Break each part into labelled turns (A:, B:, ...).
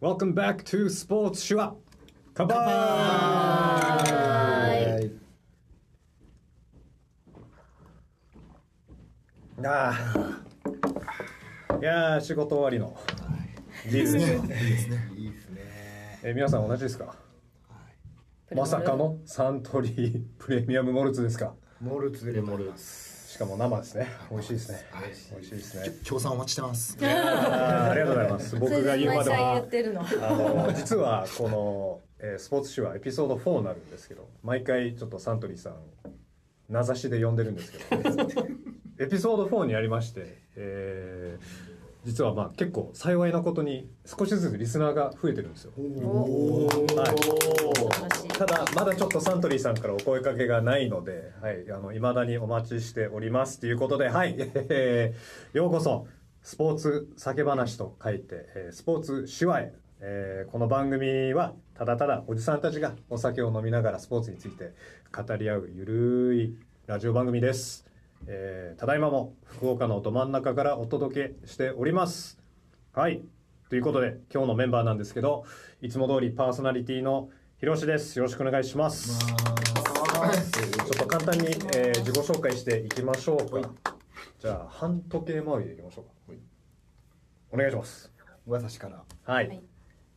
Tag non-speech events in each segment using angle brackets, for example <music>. A: Welcome back to Sports Shua. Kabai!
B: はい。
A: ああ。いやー、仕事終わりの。リーズね。
B: いいですね。
A: えー皆さん同じですかまさかのサントリープレミアムモルツですか
B: モルツでモルツ。
A: しかも生ですね。美味しいですね。美味しいですね。
C: 協賛お待ちしてます。
A: あーありがとうございます。
D: それ
A: 僕が
D: で
A: 言うま
D: 毎
A: で
D: 回や
A: は
D: っ。てるの
A: あの実はこの、えースポーツ誌はエピソード4になるんですけど毎回ちょっとサントリーさん名指しで呼んでるんですけどエピソード4にありまして、えー実はまあ結構幸いなことに少しずつリスナーが増えてるんですよ、
D: お
A: はい、
D: 楽しい
A: ただまだちょっとサントリーさんからお声かけがないのではいあの未だにお待ちしておりますということではい、 <laughs> えーようこそスポーツ酒話と書いて、えースポーツ手話へ、えーこの番組はただただおじさんたちがお酒を飲みながらスポーツについて語り合うゆるいラジオ番組です、えーただいまも福岡のど真ん中からお届けしておりますはい。ということで、今日のメンバーなんですけど、いつも通りパーソナリティのひろしです。よろしくお願いします。ちょっと簡単に、えー自己紹介していきましょうか。じゃあ、半時計回りでいきましょうか。お願いします。
B: 私から。
A: はい。
D: はい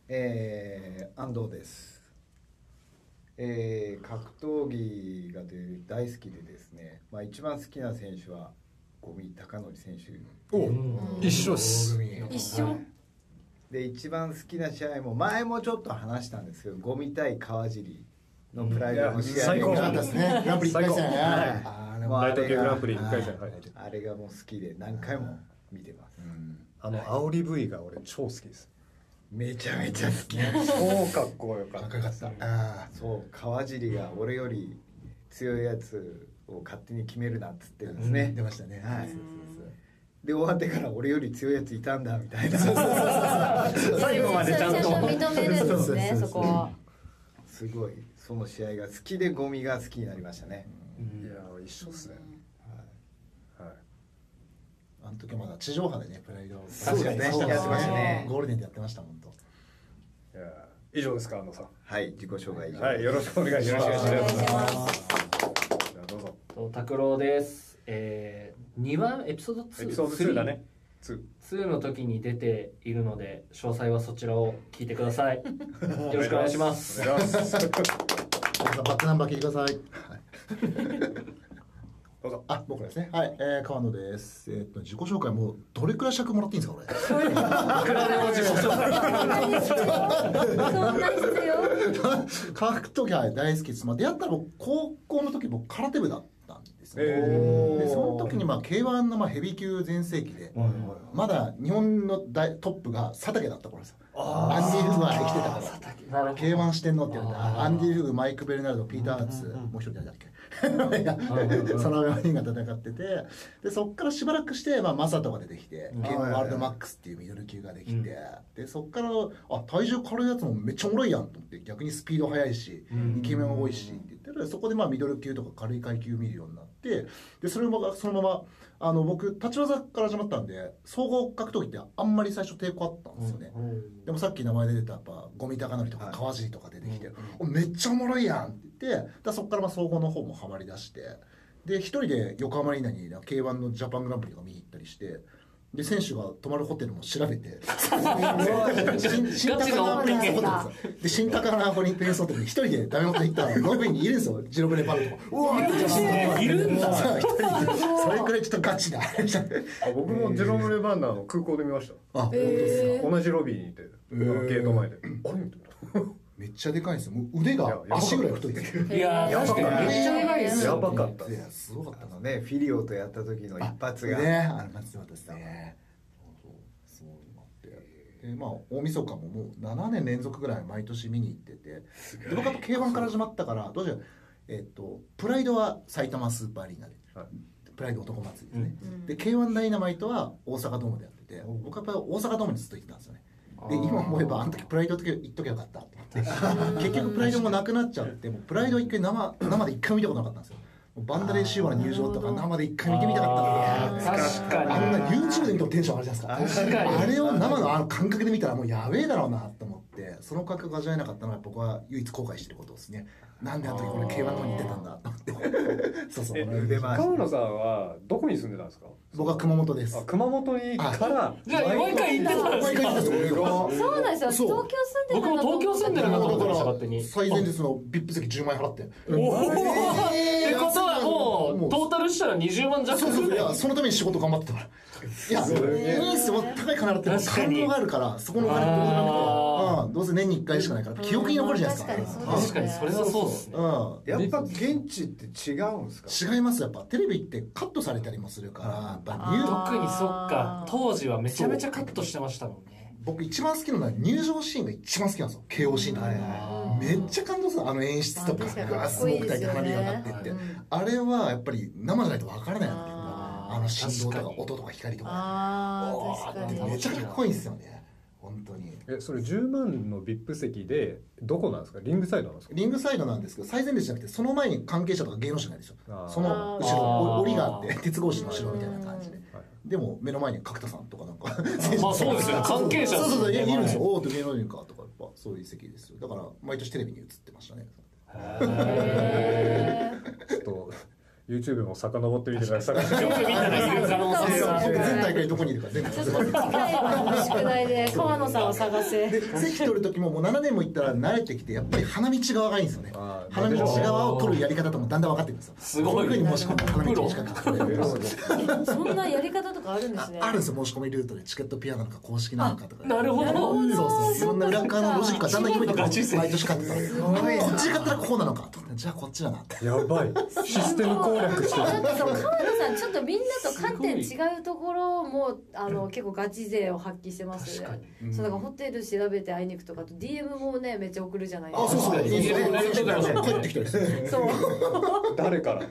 B: えー、安藤です。えー、格闘技がで大好きでですね、まあ一番好きな選手は五味高則選手。
A: お一緒っす。
D: 一緒
B: で一番好きな試合も前もちょっと話したんですけど、五味対川尻のプライドの試合
A: 最高
C: よかったですね。グランプリ一回戦ね。
A: 最高
B: あの
A: は
B: あ
A: い。大東
B: れ
A: 京グランプ
B: が
A: リ1回戦。はい
B: あれがもう好きで何回も見てます。
A: あの、煽り V が俺超好きです。
B: めちゃめちゃ好き。
A: 超かっこよかった。
B: ああそう川尻が俺より強いやつを勝手に決めるなっつってるんですね、
C: 出ましたね。
B: はいで終わってから俺より強いやついたんだみたいな
A: 最後までちゃんと
D: 最。初認めるんですね
C: そうそうそうそう
D: そこは
B: <laughs> すごいその試合が好きでゴミが好きになりましたね、
A: いや、一緒っすね。はい。
C: あの時まだ地上波でねプライドを
B: そうだね
C: やって
B: やってましたね
C: ゴールデンでやってました本当。
A: いや以上ですか、安藤さん。
B: はい自己紹介以上
A: はい、よろしくお願いします。
C: よろしくお願いし
D: ま
A: じゃあどうぞ。
E: と拓郎です。えー、2話エピソード2
A: エピソード2だね。2。
E: 3 2の時に出ているので詳細はそちらを聞いてください。よろしくお願いします
A: お。願いします。
C: 皆さんバックナンバー聞いてください。
A: どうぞ。
C: あ、僕らですね。はい、えー、川野です。えーっと自己紹介もうどれくらい尺もらっていいんですかこれ。
A: <laughs>
D: そんなに必要そんな必要
C: 格闘技はい大好きです。まあ出会ったら僕高校の時僕空手部だったんですね。
A: え
C: でその時にまあ K1 のまあヘビー級全盛期で、まだ日本の大トップが佐竹だった頃ですよ。アンディ・フグが生きてたから。
E: なる
C: K1 してんのって言われてあアンディ・フグマイク・ベルナルドピーター・アーツもう一人誰だっけいや <laughs> その4人が戦っててでそっからしばらくして、まあ、マサトが出てきて K1 ワールドマックスっていうミドル級ができて、でそっからあ体重軽いやつもめっちゃおもろいやんと思って逆にスピード速いしイケメン多いしって言ったらそこでまあミドル級とか軽い階級見るようになってでそれもそのままあの僕立ち技から始まったんで総合格闘技ってあんまり最初抵抗あったんですよね。でもさっき名前出てたやっぱ五味高則とか川尻とか出てきて、おめっちゃおもろいやんって言ってだからそこからまあ総合の方もハマりだしてで一人で横浜アリーナに k 1のジャパングランプリとか見に行ったりしてで選手が泊まるホテルも調べて新新
E: ガチのオープニン
C: ホ
E: グ
C: テルですよで新高輪ホリプリンスホテルに一人でダメ元行ったらロビーにいるんですよジロブレパルとかうわーっているんだそれくらいちょっとガチだ
A: あ僕もジェロム・レバンナーの空港で見ました。
C: あ、
A: 同じロビーにいて、ゲート前で。あれみたい
C: めっちゃでかいんですよもう腕が足ぐらい太いですよ
E: ほど。いやー確かにめっちゃ長いです
A: な。や
E: よ。
A: ばかった。
C: いやすごかった
B: あのねフィリオとやった時の一発が、
C: ねあの松本さんねそういうのあってでまあ大晦日ももう7年連続ぐらい毎年見に行っててで僕は k 1から始まったからどうしようえっとプライドは埼玉スーパーアリーナで、
A: はい
C: プライド男祭りですね、で k 1ダイナマイトは大阪ドームでやってて僕はやっぱり大阪ドームにずっと行ってたんですよねで今思えばあの時プライド行っときゃよかったと <laughs> 思って結局プライドもなくなっちゃってもうプライド一回生生で一回見たことなかったんですよもうバンダレーシーバーの入場とか生で一回見てみたかったんだよ
E: 確かに
C: あんな YouTube で見てもテンション上がるじゃないですか。あれを生のあの感覚で見たらもうやべえだろうなと思っその感覚を味わえなかったのは僕は唯一後悔してることですねなんであの時これ K1 の方に出たんだと思って <laughs> そうそう
A: え
C: 腕回し
A: 河野さんはどこに住んでたんですか
C: 僕は熊本です
A: あ熊本にから
E: じゃあ毎回行ってたんで
C: 毎回行っ
E: すか
C: てたんですよ
D: そうなんですよ。東
C: そう
D: 京住んで
E: 僕
D: るの
E: も
D: かと思
E: 東京住んでるのかと思ってました勝手に
C: 最前列の VIP 席10万円払って
E: おおーってことは
C: も
E: もう
C: う
E: トータルしたら20万弱
C: そうそうそういやそのために仕事頑張ってたからいやいいっすよ高い金払っても
E: 確かに
C: 感動があるからそこのお金どうせな
E: あー
C: うんどうせ年に1回しかないから記憶に残るじゃないですか
D: うん確かに
E: 確かにそれはそうですね
C: うん
B: やっぱ現地って違うんですか
C: 違いますやっぱテレビってカットされたりもするからやっぱ入
D: あー
E: 特にそっか当時はめちゃめちゃカットしてましたもんね
C: 僕一番好きなのは入場シーンが一番好きなんですよ KO シーンとか、
B: はいはい
E: あー
C: めっちゃ感動するあの演出とか
D: あ確かに
C: うわ
D: かっこいい
C: スモーク
D: で
C: 焚
D: すよ
C: いて
D: ね
C: 花火が上がってって、
D: うん
C: あれはやっぱり生じゃないと分からないので
D: あ
E: ー
C: あの振動と
E: 確
C: か
E: かに
C: 音とか光とか
D: あ
C: お
D: あ、
C: ー
D: 確か
C: ってめ
D: に。
C: ちゃくちゃかっこいいんですよね本当に
A: えそれ10万の VIP 席でどこなんですかリングサイドなんですか
C: リングサイドなんですけど最前列じゃなくてその前に関係者とか芸能人がいるんですよ
A: あー
C: その後
E: あー
C: ろお檻があって鉄格子の後ろみたいな感じで
A: はい
C: でも目の前に角田さんとかなんか <laughs>
E: まあそうですよね関係者
C: そうそうそうい
E: ですよ
C: るん
E: ね
C: ですよおお芸能人かとかやっぱそういう席ですよだから毎年テレビに映ってましたね
E: へ
A: ちょっと YouTube も遡ってみてく <laughs> ださい探し
E: ー
A: て
E: よ
A: み
E: く
A: て
E: 見
A: くださ
E: た
A: い
D: そう
C: 僕
E: らいる可能性が
D: そう
C: 全大会どこにいるか全部
D: ちょっ
C: 集
D: と
C: まって
D: 次回は宿題で川野さんを探せ。
C: で席取る時ももう7年も行ったら慣れてきてやっぱり花道側がいいんですよね
A: あー
C: 花道側を取るやり方ともだんだん分かってくるんですよ
E: すごい
C: こううふうに申し込むと花道に近くなる
D: そんなやり方とかあるんですね。
C: あるんですよ申し込みルートでチケットピアなのか公式なのかとか
E: なるほど
C: そうそういろんな裏側のロジックがだんだん読めてく
E: ガチ勢
C: る毎年買ってたら
B: ごいな
C: こっち買ったらこうなのかとじゃあこっちだなって
A: やばいシステム攻略して
D: だ
A: る
D: ってその川野さんちょっとみんなと観点違うところもあの結構ガチ勢を発揮してます
E: 確
D: よ
E: か
D: ね
E: に
D: そうだからホテル調べて会いに行くとかあと DM もねめっちゃ送るじゃないです
C: あ
D: か
C: そうそう
E: 確かに
C: いいね
E: ライブとかも
C: 帰ってきたりす
A: <laughs>
C: る
D: そう
A: 誰から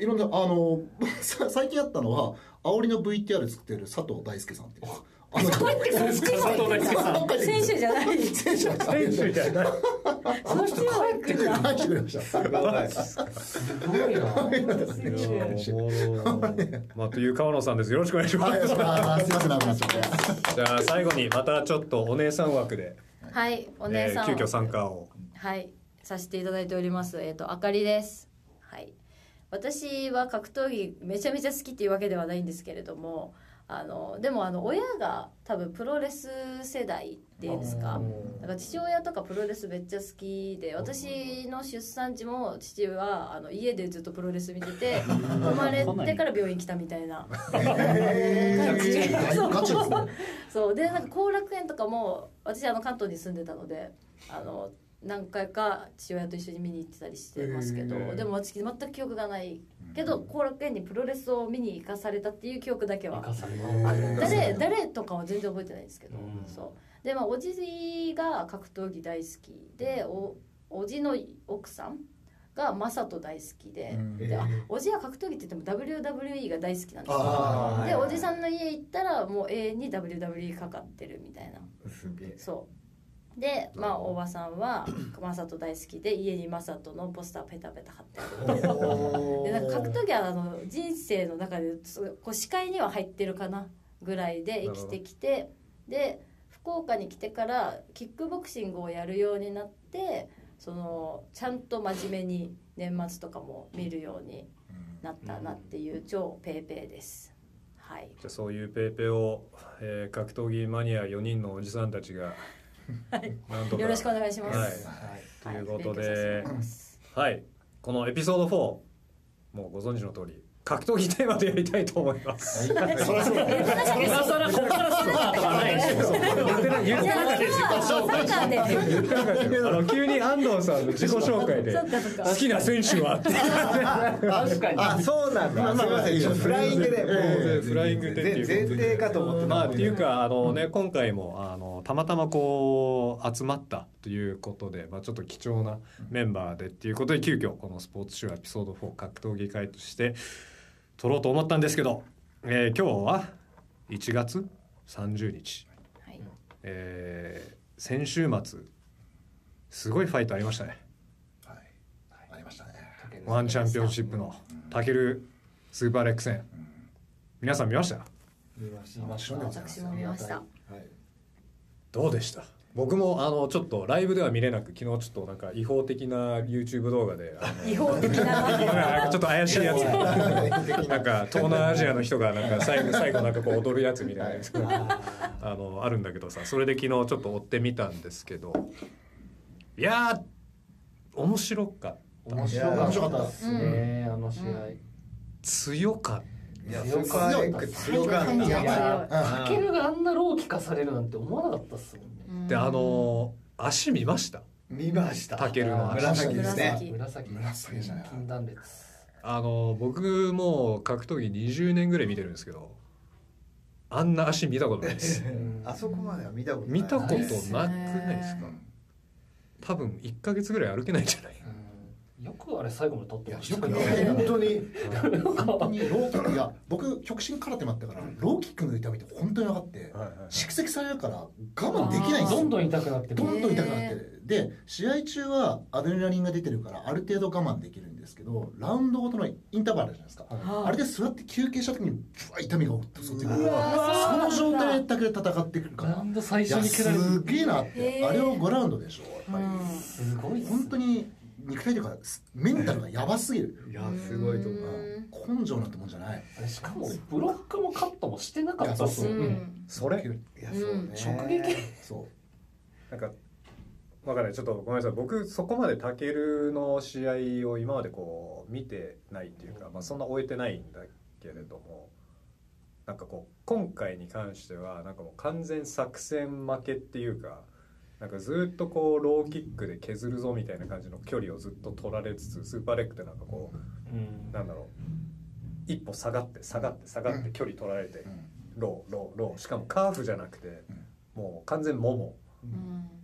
C: いろんなあのさ最近あったのは煽りの VTR 作ってる佐藤大輔さんっていうあの
D: <laughs>
E: 佐藤大輔さん
D: 選手じゃない
C: 選手なんです
A: 選手じゃない
E: あの人帰ってくる
C: 帰ってくれました
E: すごいな
A: まあという川野さんですよろしくお願いします、
C: あーすいませんなくなっちゃって
A: じゃあ最後にまたちょっとお姉さん枠で、
D: はいお
A: え
D: 姉さ
A: ー
D: ん、
A: 急遽参加を
D: はいさせていただいておりますえっ、とあかりですはい私は格闘技めちゃめちゃ好きっていうわけではないんですけれどもあのでもあの親が多分プロレス世代っていうんですかだから父親とかプロレスめっちゃ好きで私の出産時も父はあの家でずっとプロレス見てて生まれてから病院来たみたいな
C: えーだいぶガチですね
D: <laughs> そうでなんか後楽園とかも私あの関東に住んでたのであの何回か父親と一緒に見に行ってたりしてますけど、でも私全く記憶がないけど後楽園にプロレスを見に行かされたっていう記憶だけは
E: 赤さん
C: あれ
E: の
D: 誰誰とかは全然覚えてないんですけど、
E: うん
D: そうでまあおじが格闘技大好きでおおじの奥さんがマサト大好きで,、
C: うん
D: であおじは格闘技って言っても WWE が大好きなんですよ
C: あー
D: でおじさんの家行ったらもう永遠に WWE かかってるみたいな
B: すげえ
D: そうでまあおばさんはマサト大好きで家にマサトのポスターペタペタ貼ってあるみたいなでなんか格闘技はあの人生の中ですごいこう視界には入ってるかなぐらいで生きてきてで福岡に来てからキックボクシングをやるようになってそのちゃんと真面目に年末とかも見るようになったなっていう超ペーペーです。はい、
A: じゃあそういうペーペーを、えー格闘技マニア4人のおじさんたちがなんとか
D: よろしくお願いします。
A: はいと
D: は
A: いう
D: 勉
A: こと
D: 強させても
A: で
D: らいます
A: はいこのエピソード4もうご存知の通り格闘技テーマでやりたいと思います
C: そりゃそうだよ
E: 今更ここからスタートがないですよ
A: 言ってない言っ
D: い
A: てな
D: や
A: かった
D: それはサッカーで。
A: 言ってなかったですよあの急に安藤さんの自己紹介
D: <laughs>
A: で
D: そっかそ
A: 「
D: っか
A: 好きな選手は?」って
E: 確か
B: <laughs>
E: に
B: あそうなんだすいません一応フライングでもう
A: フライングでっていう
B: 前提かと思ってた
A: まあ、っていうかあの、ね、今回もあのたまたまこう集まったということで、まあ、ちょっと貴重なメンバーでっていうことで急遽この「スポーツショーエピソード4格闘技会」として撮ろうと思ったんですけど、えー今日は1月30日、
D: はい
A: えー先週末すごいファイトありましたね
C: ありましたね
A: ワンチャンピオンシップのタケルスーパーレック戦皆さん見ました
B: 見ました
C: 面白い
B: は
C: で
B: い
C: す
D: 私
C: ね
D: も見ました。
A: どうでした僕もあのちょっとライブでは見れなく昨日ちょっとなんか違法的な YouTube 動画であの
D: 違法的
A: なん <laughs>
D: な
A: かちょっと怪しい <laughs> やつなんか東南アジアの人がなんか最後最後なんかこう踊るやつみたいなやつが <laughs> あのあるんだけどさそれで昨日ちょっと追ってみたんですけどいやー面白かった
E: 面
C: い
E: 白
C: や
E: か
C: 面
E: っ
C: 白かったた
E: で
C: です
E: すね、あの試合。
A: 強かった
B: いやスーパーエッグ強かった
D: 強い
E: いや
C: うん
E: ー、かけるがあんなローキ化されるなんて思わなかったっすもんね。
A: であの足見ました
B: 見ました
A: タケルの足
B: 紫ですね
E: 紫。
B: 紫じゃない
E: 金断裂。
A: あの僕もう格闘技20年ぐらい見てるんですけどあんな足見たことないです
B: あそこまでは見たことない
A: 見たことなくないです
B: う
A: か
B: ん
A: 多分1ヶ月ぐらい歩けないんじゃない
E: うんよくあれ最後まで取ってました
C: いやよくね
B: 本当に
C: 本当にローキックいや僕極真空手もやったからローキックの痛みって本当に分かって蓄積されるから我慢できないんです
E: ど
C: よ
E: んどん痛くなってく
C: ど
E: る。
C: んどん痛くなってるで試合中はアドレナリンが出てるからある程度我慢できるんですけどラウンドごとのインターバルあるじゃないですかあれで座って休憩した時にブワー痛みが襲ってくる
B: う
C: そ
D: わ
C: の状態だけで戦ってくるか
E: ラ
C: ら
E: ウンド最
C: い
E: 初
C: や
E: に蹴られ
C: す
E: る。
C: げえなって
D: へー
C: あれを5ラウンドでしょやっぱ
E: すごい
C: り
E: っすね
C: 本当に肉体というかメンタルがやばすぎる
B: いやすごいと
D: う
B: 思うん
C: 根性なんてもんじゃない
E: あれしかもブロックもカットもしてなかったっす
D: う
E: もんね。
D: ん
A: それ
B: いやそうね
E: 直撃
C: そう
A: なんかわかんないちょっとごめんなさい僕そこまでタケルの試合を今までこう見てないっていうか、まあ、そんな終えてないんだけれどもなんかこう今回に関してはなんかもう完全作戦負けっていうかなんかずっとこうローキックで削るぞみたいな感じの距離をずっと取られつつスーパーレッグってなんかこ
E: うん
A: うなんだろう一歩下がって下がって下がって距離取られて
C: うん
A: ローローローしかもカーフじゃなくてもう完全モモ。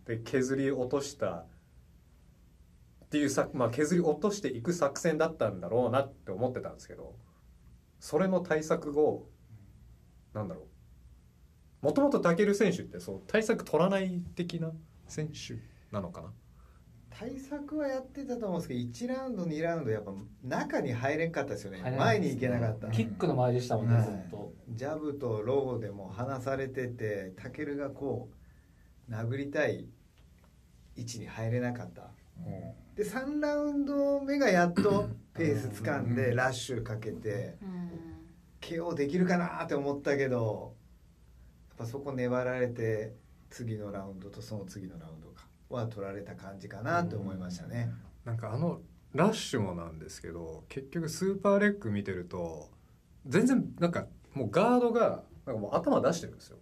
A: で削り落としたっていうさ、まあ、削り落としていく作戦だったんだろうなって思ってたんですけどそれの対策後なんだろうもともとタケル選手ってそう対策取らない的な選手なのかな
B: 対策はやってたと思うんですけど一ラウンド二ラウンドやっぱ中に入れんかったですよね
E: 入れなかった
B: 前に行けなかった
E: キックの前でしたもんね、
B: うん
E: ずっと。
B: ジャブとローでも離されててタケルがこう殴りたい位置に入れなかったで3ラウンド目がやっとペース掴ん
C: う
B: で
C: ん
B: ラッシュかけて
D: うん
B: KO できるかなって思ったけどやっぱそこ粘られて次のラウンドとその次のラウンドかは取られた感じかなと思いましたね。
A: なんかあのラッシュもなんですけど結局スーパーレッグ見てると全然なんかもうガードがなんかもう頭出してるんですよ。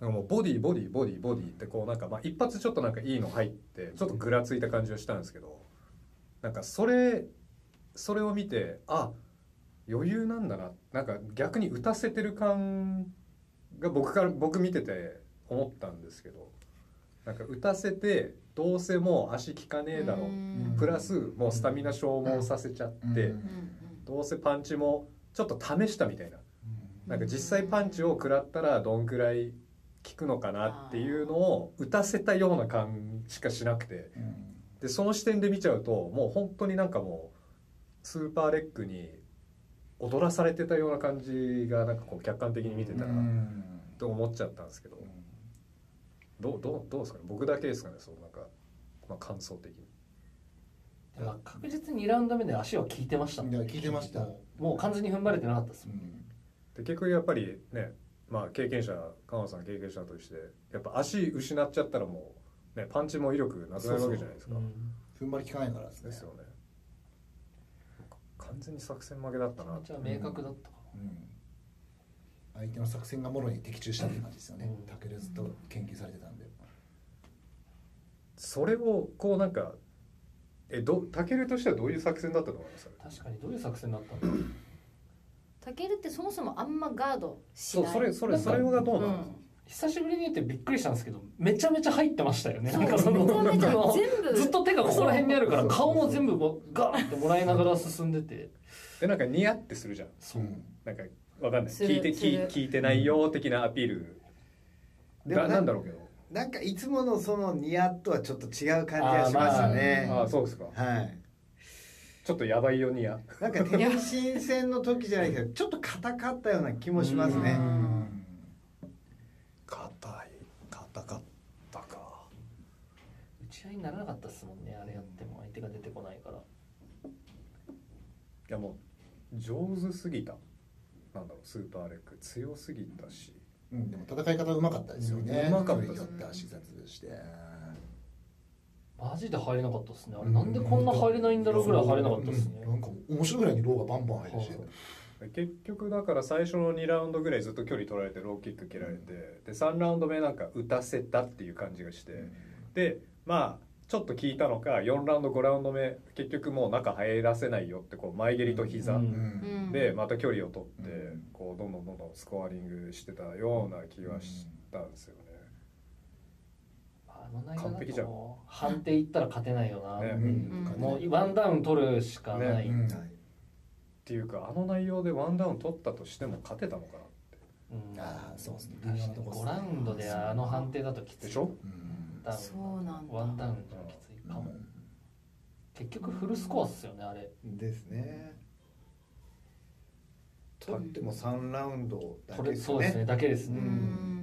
A: なんかもうボディボディボディボディってこうなんかまあ一発ちょっとなんかいいの入ってちょっとぐらついた感じがしたんですけどなんかそれそれを見てあ余裕なんだななんか逆に打たせてる感が僕から僕見てて思ったんですけどなんか打たせてどうせもう足効かねえだろう
D: うん
A: プラスもうスタミナ消耗させちゃって、
C: うん
D: うん
A: どうせパンチもちょっと試したみたいななんか実際パンチを食らったらどんくらい効くのかなっていうのを打たせたような感しかしなくてでその視点で見ちゃうともう本当になんかもうスーパーレッグに踊らされてたような感じがなんかこう客観的に見てたらと思っちゃったんですけどどうどうどうですかね僕だけですかねそうなんか、まあ、感想的に。
E: でも確実に2ラウンド目で足は効いてましたもん
C: いや効いてました
E: もうもう完全に踏ん張れてなかったですもん
A: で結局やっぱりね、まあ、経験者川野さん経験者としてやっぱ足失っちゃったらもう、ね、パンチも威力なくなるわけじゃないですか
E: うん
C: 踏ん張り効かないからです
A: です
C: ね
A: よね完全に作戦負けだったなっ
E: めち
A: て
E: ゃ明確だったか
C: うん相手の作戦がもろに的中したって感じですよね
E: うん
C: タケルずっと研究されてたんで
A: それをこうなんかえどタケルとしてはどういう作戦だったと思います
E: ら確かにどういう作戦だったんだろう
D: タケルってそもそもあんまガードし
A: そう
D: ない
A: それそれそれがどうなんですか、
E: 久しぶりに言ってびっくりしたんですけどめちゃめちゃ入ってましたよねなんかそ
D: めちゃ
E: の
D: めちゃ
E: あの
D: 全部
E: ずっと手がここら辺にあるから
C: そう
E: 顔も全部こうガーンってもらいながら進んでて
A: でなんかニヤってするじゃん
E: そう
A: なんかわかんない
D: する
A: 聞いて
D: する
A: 聞い聞いてないよ的なアピール
B: でも
A: が
B: な
A: なんだろうけど
B: なんかいつものそのニヤッとはちょっと違う感じがしましたね。
A: ああそうですか
B: はい。
A: ちょっとやばいよニヤ
B: なんか天心戦の時じゃないけどちょっと硬かったような気もしますね。
D: うん
A: 硬い硬かったか
E: 試合にならなかったですもんねあれやっても相手が出てこないから
A: いやもう上手すぎたなんだろうスーパーレック強すぎたし
C: うん、でも戦い方うまかったですよね。
A: うまかったです
C: 距離取って足雑して。
E: マジで入れなかったですねあれなんでこんな入れないんだろうぐらい入れなかったですね、
C: うんなんか面白いぐらいにローがバンバン入るし
E: はい。
A: 結局だから最初の2ラウンドぐらいずっと距離取られてローキック蹴られて、で3ラウンド目なんか打たせたっていう感じがして、でまあちょっと効いたのか4ラウンド5ラウンド目結局もう中入らせないよってこう前蹴りと膝、
E: うん
C: うん
A: でまた距離を取って、
C: うん
A: こうどんどんどんどんスコアリングしてたような気がしたんですよね。
E: あの内
A: 完璧
E: 容
A: じ
E: だ
A: ゃん
E: と判定いったら勝てないよな、
A: ね
C: うん
E: もうワンダウン取るしかない、
C: うん
A: っていうかあの内容でワンダウン取ったとしても勝てたのかなって
E: うん
C: あーそうですね
E: 確かに5ラウンドであの判定だときつい
A: でしょ
C: うん
E: ダウン
D: そうなんだ
E: ワンダウンじゃきついかも、結局フルスコアっすよねあれ
B: ですね取っても3ラウンドだけ
E: 取れそうですねだけですね、
D: うん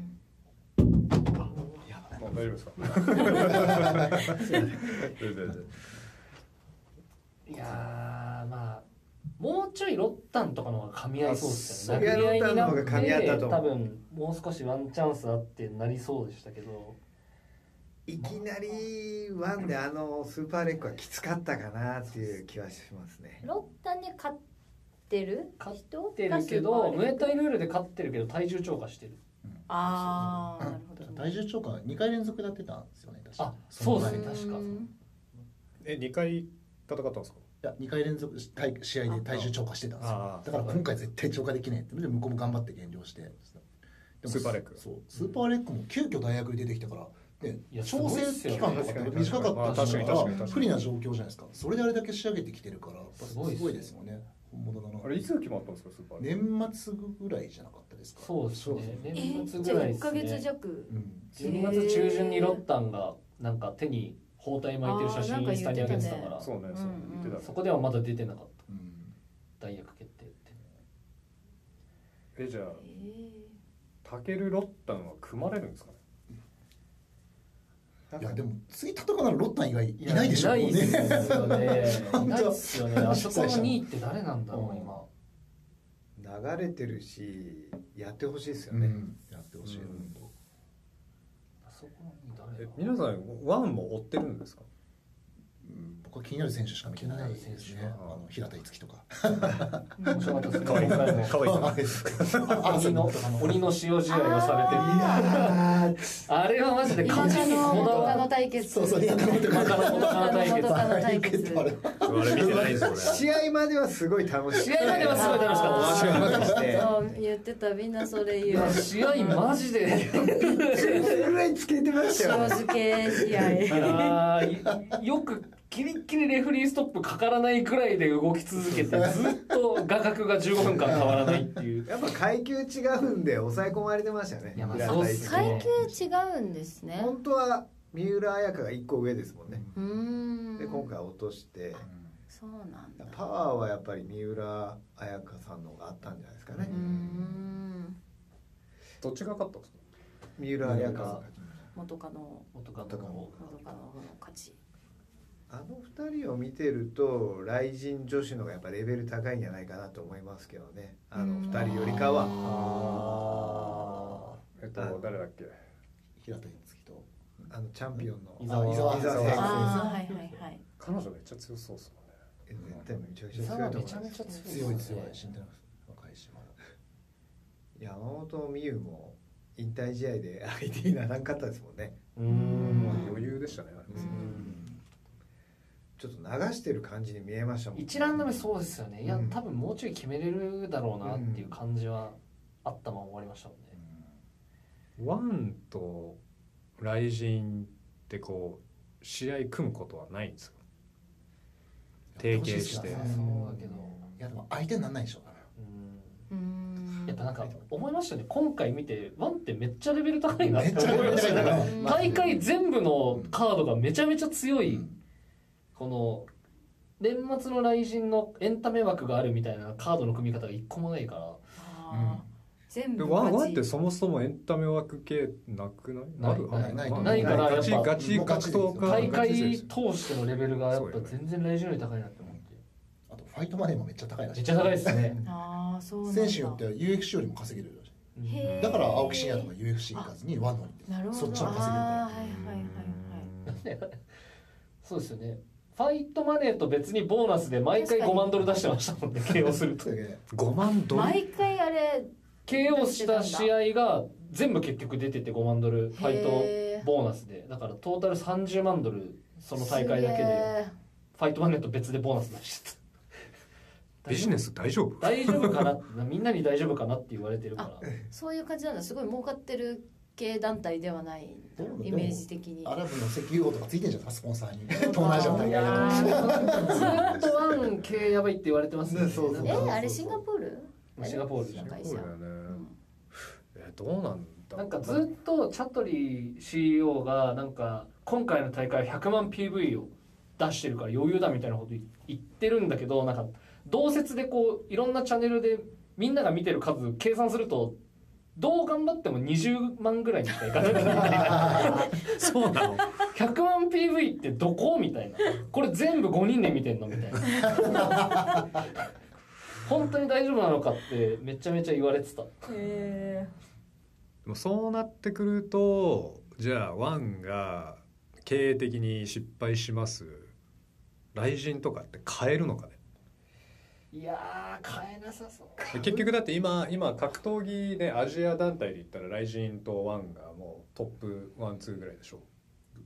A: あ大丈夫ですか
D: <laughs>
A: 全然全然
E: いやーまあもうちょいロッタンとかの方が噛み合いそうですよね。
B: あそう
E: 殴り合いになっ
B: いやロッタンの方が噛み合ったと思
E: 多
B: う
E: 分もう少しワンチャンスあってなりそうでしたけど、
B: いきなりワンであのスーパーレックはきつかったかなっていう気はしますね
D: ロッタに勝ってる人
E: 勝ってるけ
D: がスーパ
E: ど、
D: ー
E: ムエタイルールで勝ってるけど体重超過してる。
D: ああなるほど
C: 体重超過二回連続でやってたんですよね。確か
E: あそうですね
C: の前い
E: 確か
A: え二回戦ったんですか
C: や二回連続し体試合で体重超過してたんですよ。
A: あ
C: だから今回絶対超過できないってで向こうも頑張って減量して。でも
A: スーパーレック
C: そうスーパーレックも急遽大学に出てきたから。で
E: いや
C: 調整
E: すごいっすよ
C: 期
E: ね
C: 間とかって短かったりした
A: まあ確かに確かに確か
C: か
A: らに
C: 不利な状況じゃないですかそれであれだけ仕上げてきてるからやっぱ
E: す
C: す
E: ご
C: ご
E: いっすね
C: いですよね本物だな
A: あれいつ決まったんですかスーパーレック
C: 年末ぐらいじゃなかったですか
E: そうです
C: そう
E: ね。
D: え
E: 年末
D: じ
E: ぐ
D: ゃ
E: ら
D: あ
E: いで
D: 一ヶ
E: す
D: 月
E: ね。
D: 弱
C: うん
E: 10月中旬にロッタンがなんか手に包帯巻いてる写
D: あーなん
E: 真
D: か
E: インスタに上げてたから、
A: そうねそう
D: うんうん
A: 言ってたね
E: そこではまだ出てなかった。
C: うん
E: 大役決定って。
A: えじゃあ
D: えー
A: タケルロッタンは組まれるんですかね
C: いやでも次戦うならロッタン以外いないでしょ
E: いないですよ
C: もうね
E: ね。いないですよね。あそこ
C: 主催
E: の
C: 者も
E: 2位って誰なんだろ
C: う
E: うん今。
B: 流れてるしやってほしいですよ
C: う
B: ね、
C: んやってほしい、
A: うん
C: 本当
E: あそこの2位誰
A: え
E: だ。
A: 皆さんワンも追ってるんですか
C: うん僕は気になる選手しか見てないです
E: 気になる選手
C: ね
E: は
C: あの平田樹とか
E: 面白かったですね。
A: かわいい
E: 今回も
A: かわいいな
E: 鬼の鬼の塩試合がさ
B: あー
E: れてるあれはマジで
D: 田
E: 勝ち
D: 舎
E: に
D: の
E: こだ
D: 元
E: わ
D: カ
E: る
D: ノ対決
C: そうそう田舎の元カ
E: ノ元カノ対決
D: 元カノ対決
C: あれ
A: あれ見てない
D: <laughs>
A: です
B: 試合まではすごい楽しい
E: 試合まではすごい楽しかった
B: 試合までは
D: そう言ってたみんなそれ
E: い
D: 言う
E: や試合マジで
B: ぐらいつけてましたよ
D: 塩漬け試
E: い
D: 合
E: <laughs> やーよくギリギリレフリーストップかからないくらいで動き続けてずっと画角が15分間変わらないっていう
B: やっぱ階級違うんで抑え込まれてましたね
E: いやまあ
B: 平田
E: そうっ
B: 一
E: す
B: 郎
D: 階級違うんですね
B: 本当は三浦綾香が1個上ですもんね、
D: うーん
B: で今回落として
D: そうなんだ
B: パワーはやっぱり三浦綾香さんの方があったんじゃないですかね
D: うー、ん
A: どっちが勝ったんですか
B: 三浦綾香さん
D: 元カノ
E: 元カ
B: 元カノ
D: 元カノの勝ち
B: あの2人を見てると雷神女子の方がやっぱレベル高いんじゃないかなと思いますけどねあの2人よりかは
E: あ
A: えっと誰だっけ
C: 平田樹と
B: あのチャンピオンの
E: 伊
B: 伊
E: 沢
B: 沢
C: 伊
B: 選
C: 沢
B: 手
C: 選
D: あ
C: 手
D: あーはいはいはい
A: 彼女めっちゃ強そうですもんね
B: え絶対めちゃくちゃ
E: ー伊
B: 強い
E: 沢
B: と
E: め
B: 思い
E: ちゃ
B: ま
E: め
B: す
E: ちゃ強いですね
C: 強い強い死んでます若いしまだ
B: 山本美優も引退試合で IT に <laughs> ならんかったですもんね
E: うーん
A: まあ余裕でしたねあれ
D: う
A: も
D: ん
B: ちょっと流してる感じに見えましたもん
E: 一ラウンド目そうですよねいや、
B: うん
E: 多分もうちょい決めれるだろうなっていう感じはあったまま終わりましたもんね、
A: ワンと雷神ってこう試合組むことはないんですか提携して
C: やってほ
E: そ
C: いっすよ
E: うだけど、
C: いやでも相手にならないでしょ
E: うん
D: うーん
E: やっぱなんか思いましたね今回見てワンってめっちゃレベル高いな
C: め
E: っ
C: ってちゃ
E: 思いました
C: レベル高
E: ね
C: い
D: うん
E: 大会全部のカードがめちゃめちゃ強い、この年末の雷神のエンタメ枠があるみたいなカードの組み方が一個もないから
D: あー全
A: で
D: 部
A: ワンワン
D: 勝
A: っ
D: ち
A: てそもそもエンタメ枠系なくない
E: ない
A: ある
E: ない
C: ない
A: あ
E: ないから
A: ガチ
E: やっぱ
A: ガチ格闘家
E: 大
A: ガ
E: 会
A: チ選手
E: 通してのレベルがやっぱ全然来週より高いなって思って
C: あとファイトマネーもめっちゃ高いらしい
E: めっちゃ高いですね
D: ああそうなんだ
C: 選手によっては UFC よりも稼げるらしい
D: へー
C: だから青木真也とか UFC 行かずにワンのに
D: なるほど
C: そっちの方が稼げるから
D: あーはいはいはいはい
E: そうですよねファイトマネーと別にボーナスで毎
D: 確
E: 回
D: か
E: 5
D: に
E: 万ドル出してましたもんね KO すると
C: だけど
A: 5万ドル
D: 毎回あれ
E: KO した試合が全部結局出てて5万ドルファイ
D: へ
E: ト
D: ー
E: ボーナスでだからトータル30万ドルその大会だけ
D: すげ
E: で
D: え
E: ファイトマネーと別でボーナス出してた
A: ビジネス大丈夫
E: 大丈夫かなってみんなに大丈夫かなって言われてるから
D: そういう感じなんだすごい儲かってる系団体ではないんだ
C: どうなんだ
D: イメージ的に
C: アラブの石油王とかついてんじゃんスポンサーに東南アジアの大会
E: い
C: で
E: や
C: も
E: ーずーっとワン系やばいって言われてますね
B: ねそうそう
D: えーあれシンガポール
E: シンガポールじゃん
D: 会
A: そ
D: 社
A: うだよね、
D: うん
A: えどうなんだ
E: なんかずっとチャトリー CEO がなんか今回の大会は100万 PV を出してるから余裕だみたいなこと言ってるんだけどなんか同説でこういろんなチャンネルでみんなが見てる数計算するとどう頑張っても20万ぐらいにしかいかないみたいな
A: そうなの
E: 100万 PV ってどこみたいなこれ全部5人で見てんのみたいな本当に大丈夫なのかってめちゃめちゃ言われてた
D: へ
A: でもそうなってくるとじゃあワンが経営的に失敗します雷神とかって変えるのかね
E: いやー変えなさそう
A: で結局だって今今格闘技でアジア団体で言ったら雷神とワンがもうトップワンツーぐらいでしょ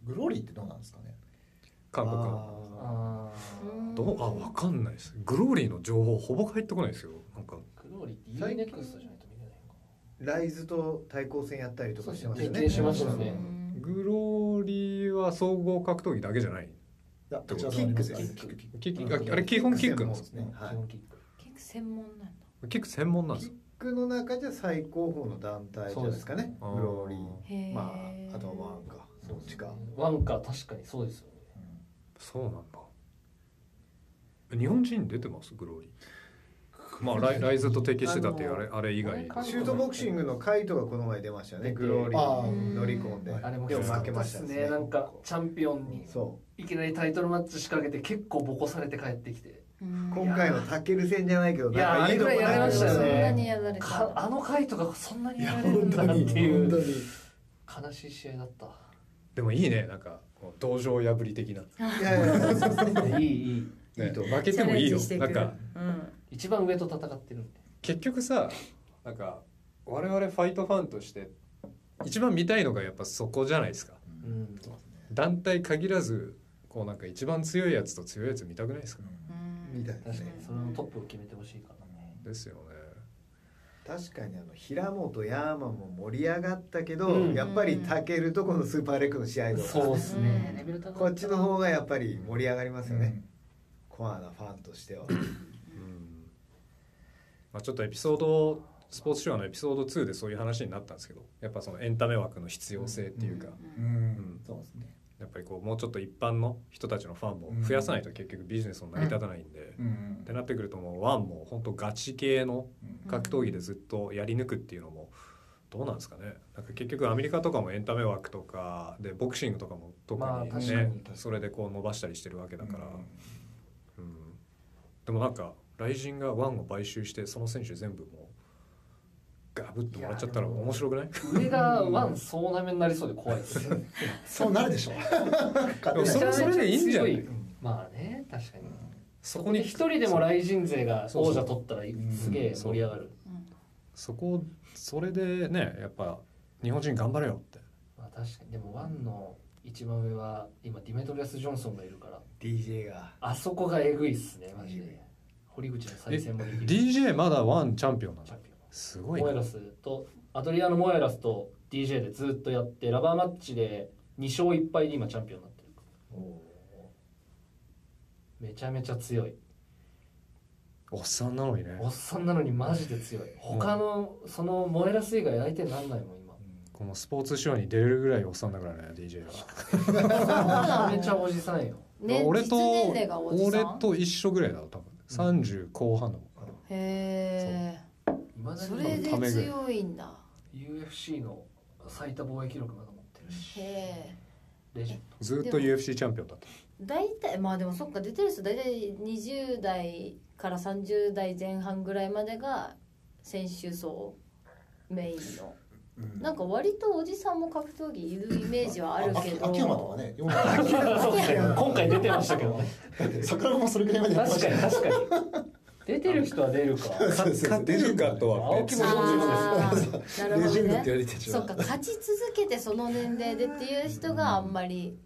C: グローリーってどうなんですかね
A: 韓国の
E: あ
D: ー
E: ー
A: どうあ分かんないですグローリーの情報ほぼ入ってこないですよなんか
E: クローリーって u ネクストじゃないと見れないのか
B: ライズと対抗戦やったりとかしてましたよね
E: 提携しました
D: う
E: ね
D: ん
A: グローリーは総合格闘技だけじゃない
C: いや
A: どう
C: こちら様に
B: キック
C: あ
B: で
C: れ
B: す
C: キックキック
A: キックああれ基本キックなんです
B: キック専門ですねはい
E: 基本キック
D: 結構専門なんだ
A: キック専門なんで
B: キ
A: す
B: ックの中じゃ最高峰の団体じゃないですかねグ
A: そうですね
B: ローリ
D: へえ
B: ーまああとはワンかどっちか
E: ワンカー確かにそうですよね
A: そうなんだ日本人出てますグローリーまあライライズと提携してたっていうあれあれ以外
E: あれ
B: シュートボクシングのカイトがこの前出ましたよねグローリ
C: あ
B: ー
C: ー
B: に乗り込んで
C: うん
E: あれも
B: で
E: き
B: も
E: つか
B: 負
E: っ
B: け
E: た
B: ま
E: で
B: した
E: す
B: よ
E: ねなんかチャンピオンに
B: そ
E: いきなりタイトルマッチ仕掛けて結構ボコされて帰ってきて
D: うん
B: う今回のタケル戦じゃないけど
E: いや
B: なん
E: ー
B: かとこ
E: あれぐらいやりましたよね
D: そんなにやられた
E: かあの回とかそんなに
C: いや
E: やられるん
C: 本
E: だ
C: 当
E: なって
C: に
E: い
C: 本当
E: う
C: に
E: 悲しい試合だった
A: でもいいねなんかこう道場破り的な、
B: いやいやそうそうそう
E: いいいい
A: ね、
B: いいと思う
A: 負けてもいいよ
D: チャレンジしていく
A: なんか
D: うん
E: 一番上と戦ってるんで
A: 結局さなんか我々ファイトファンとして一番見たいのがやっぱそこじゃないですか
E: うん
A: 団体限らずこうなんか一番強いやつと強いやつ見たくないですか
D: うん
B: みたいです
E: 確か
B: ね
E: にそれのトップを決めてほしいからね
A: ですよね
B: 確かにあの平本ヤーマンも盛り上がったけど、
E: うん
B: やっぱりタケルとこのスーパーレッグの試合と
E: そう
B: か
E: ですねレベル高かた
B: こっちの方がやっぱり盛り上がりますよね、
C: うん
B: コアなファンとしては
A: うんまあ、ちょっとエピソードスポーツショーのエピソード2でそういう話になったんですけどやっぱそのエンタメ枠の必要性っていうか、
C: う
A: うん
C: んそうですね
A: やっぱりこうもうちょっと一般の人たちのファンも増やさないと結局ビジネスも成り立たないんで、
C: う
A: っ
C: ん
A: てなってくるともうワンも本当ガチ系の格闘技でずっとやり抜くっていうのもどうなんですかねなんか結局アメリカとかもエンタメ枠とかでボクシングとかも特
E: まあ確
A: に
E: か
A: ね、
E: に
C: 確かに
A: それでこう伸ばしたりしてるわけだから、
C: うん
A: うんでもなんか雷神がワンを買収してその選手全部もうガブッともらっちゃったら面白くない
E: 上がワン総なめになりそうで怖いですよね
C: そうなるでしょ
A: でもそれはそれでいいんじゃな
E: めち
A: い
E: ゃめちゃ強まあね確かに
A: そこに
E: 一人でも雷神勢が王者取ったら
C: ん
E: すげえ盛り上がる
D: うん
A: そこをそれでねやっぱ日本人頑張れよって
E: まあ確かにでもワンの一番上は今ディメトリアス・ジョンソンがいるから
B: DJ が
E: あそこがえぐいっすねマジで堀口の再戦もできる
A: DJ まだワンチャンピオンなん
E: チ
A: だ
E: ャンピオン
A: すごい
E: モエ
A: な
E: ラスとアトリアのモエラスと DJ でずっとやってラバーマッチで2勝1敗で今チャンピオンになってるめちゃめちゃ強い
A: おっさんなのにね
E: おっさんなのにマジで強い他のそのモエラス以外相手になんないもん今
A: このスポーツショーに出れるぐらいおっさんだからね DJ は
E: めちゃめちゃおじさんよ
D: ね
A: 俺と
D: 実年齢がおじさん
A: 俺と一緒ぐらいだろ多分30後半の、
D: へえ
E: まだ
D: そ
E: に
D: れで強いんだ
E: UFC の最多貿易力まだ持ってるし
D: へえ
E: レジェン
A: ずっと UFC チャンピオンだった
D: 大体まあでもそっか出てる人大体20代から30代前半ぐらいまでが選手層メインの
C: うん
D: なんか割とおじさんも格闘技いるイメージはあるけど
C: あ秋山とかね
E: ドそうですね <laughs> 今回出てましたけどね
C: 桜子もそれくらいまでやってま
E: 確
C: した
E: か
C: よ
E: に確かに <laughs> 出てる人は出る <laughs> か
C: そうです
A: 勝てるかとは
E: 青木も
D: あ
E: 45
D: ーなるほ
C: レジ
D: ど
C: ェンドって言
D: ね
C: われてる
D: そっか勝ち続けてその年齢でっていう人があんまりい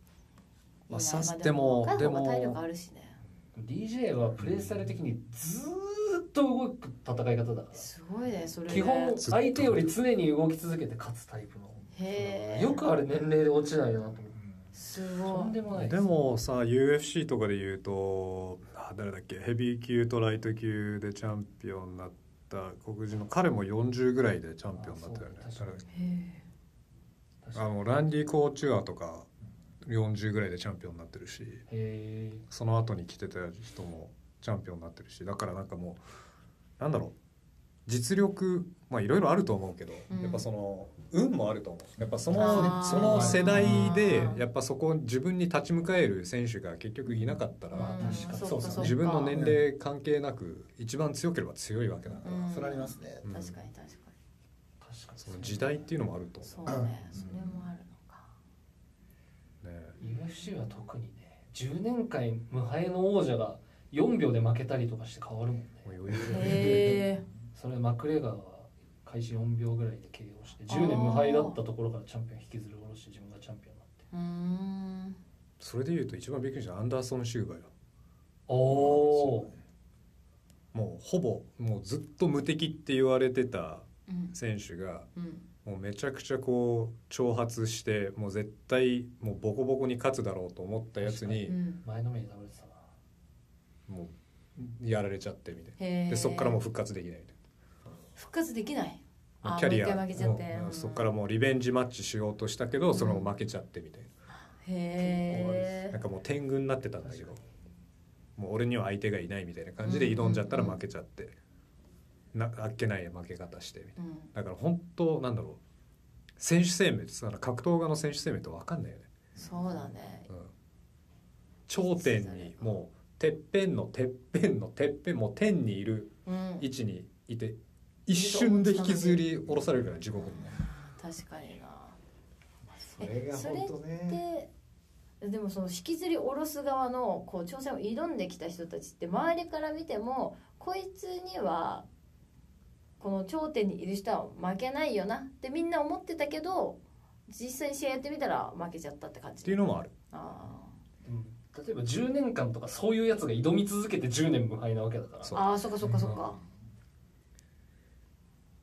A: まあ
D: ない
A: 刺しても
D: まあで
A: でも
D: 若い方が体力あるしね
E: ですね DJ はプレイスタイル的にずーっと動く戦い方だか
D: すごいねそれ
E: ら
D: ね
E: 基本相手より常に動き続けて勝つタイプの
D: へえ
E: よくあれ年齢で落ちないなと思って
D: す
E: と
D: ご
E: ん
D: い
E: でもない
A: でもさ UFC とかで言うとあ誰だっけヘビー級とライト級でチャンピオンになった黒人の彼も40ぐらいでチャンピオンだったよね
E: あそう
A: 誰だっけ
D: へえ
E: 確
A: あ
E: かに
A: のランディ・コーチュアとか40ぐらいでチャンピオンになってるし
E: へー
A: その後に来てた人もチャンピオンになってるしだからなんかもうなんだろう実力まあいろいろあると思うけど、
D: うん
A: やっぱその運もあると思うやっぱそ
D: あ
A: の
D: ー
A: その世代で
D: あー
A: やっぱそこ自分に立ち向かえる選手が結局いなかったら、
D: うん
E: 確かに
D: そ
A: そうう
D: か
A: そう
D: そうか
A: 自分の年齢関係なく一番強ければ強いわけだから、
D: うん
C: それありますね
A: うん
D: 確かに確かに
E: 確かに
A: その時代っていうのもあると
D: そ
A: 思
D: うね
C: うん
D: それもあるのか
A: う、ね、
E: UFC は特にね10年間無敗の王者が4秒で負けたりとかして変わるもんね
A: もう余裕で
D: へえ
E: それマクレガーは開始4秒ぐらいで KO して10年無敗だったところからチャンピオン引きずり下ろして自分がチャンピオンになって
D: うーん
A: それでいうと一番びっくりしたのはアンダーソン・シューバーよ
E: おお
A: もうほぼもうずっと無敵って言われてた
D: うん
A: 選手が
D: うん
A: もうめちゃくちゃこう挑発してもう絶対もうボコボコに勝つだろうと思ったやつ
D: う
A: に
D: ん
E: 前のめりに倒れてたな
A: もうやられちゃってみたい
D: へ
A: な
D: え
A: でそこからもう復活できないみたい
D: 復活できない
A: なも
D: あ
A: うキャリ
D: もう
A: ア
D: 一回負けちゃって
A: うん
D: うん
A: そこからもうリベンジマッチしようとしたけどそれも負けちゃってみたいな。
D: へ
A: な
D: え
A: んかもう天狗になってたんだけど
E: 確か
A: もう俺には相手がいないみたいな感じで挑んじゃったら負けちゃって、なあっけない負け方してみたい
D: うん
A: なだから本当なんだろう選手生命ってさ格闘家の選手生命って分かんないよね、
D: そうだね
A: うん、頂点にもうてっぺんのてっぺんのてっぺんもう天にいる
D: うん
A: 位置にいて一瞬で引きずり下ろされるから地獄にね
D: 確かにな
B: それが本当ね
D: ででもその引きずり下ろす側のこう挑戦を挑んできた人たちって周りから見てもこいつにはこの頂点にいる人は負けないよなってみんな思ってたけど実際に試合やってみたら負けちゃったって感
A: っ
D: じ
A: ていうのもある
D: あ
E: 例えば10年間とかそういうやつが挑み続けて10年無敗なわけだから
A: そ
D: ー
A: う
D: あーそっかそっかそっか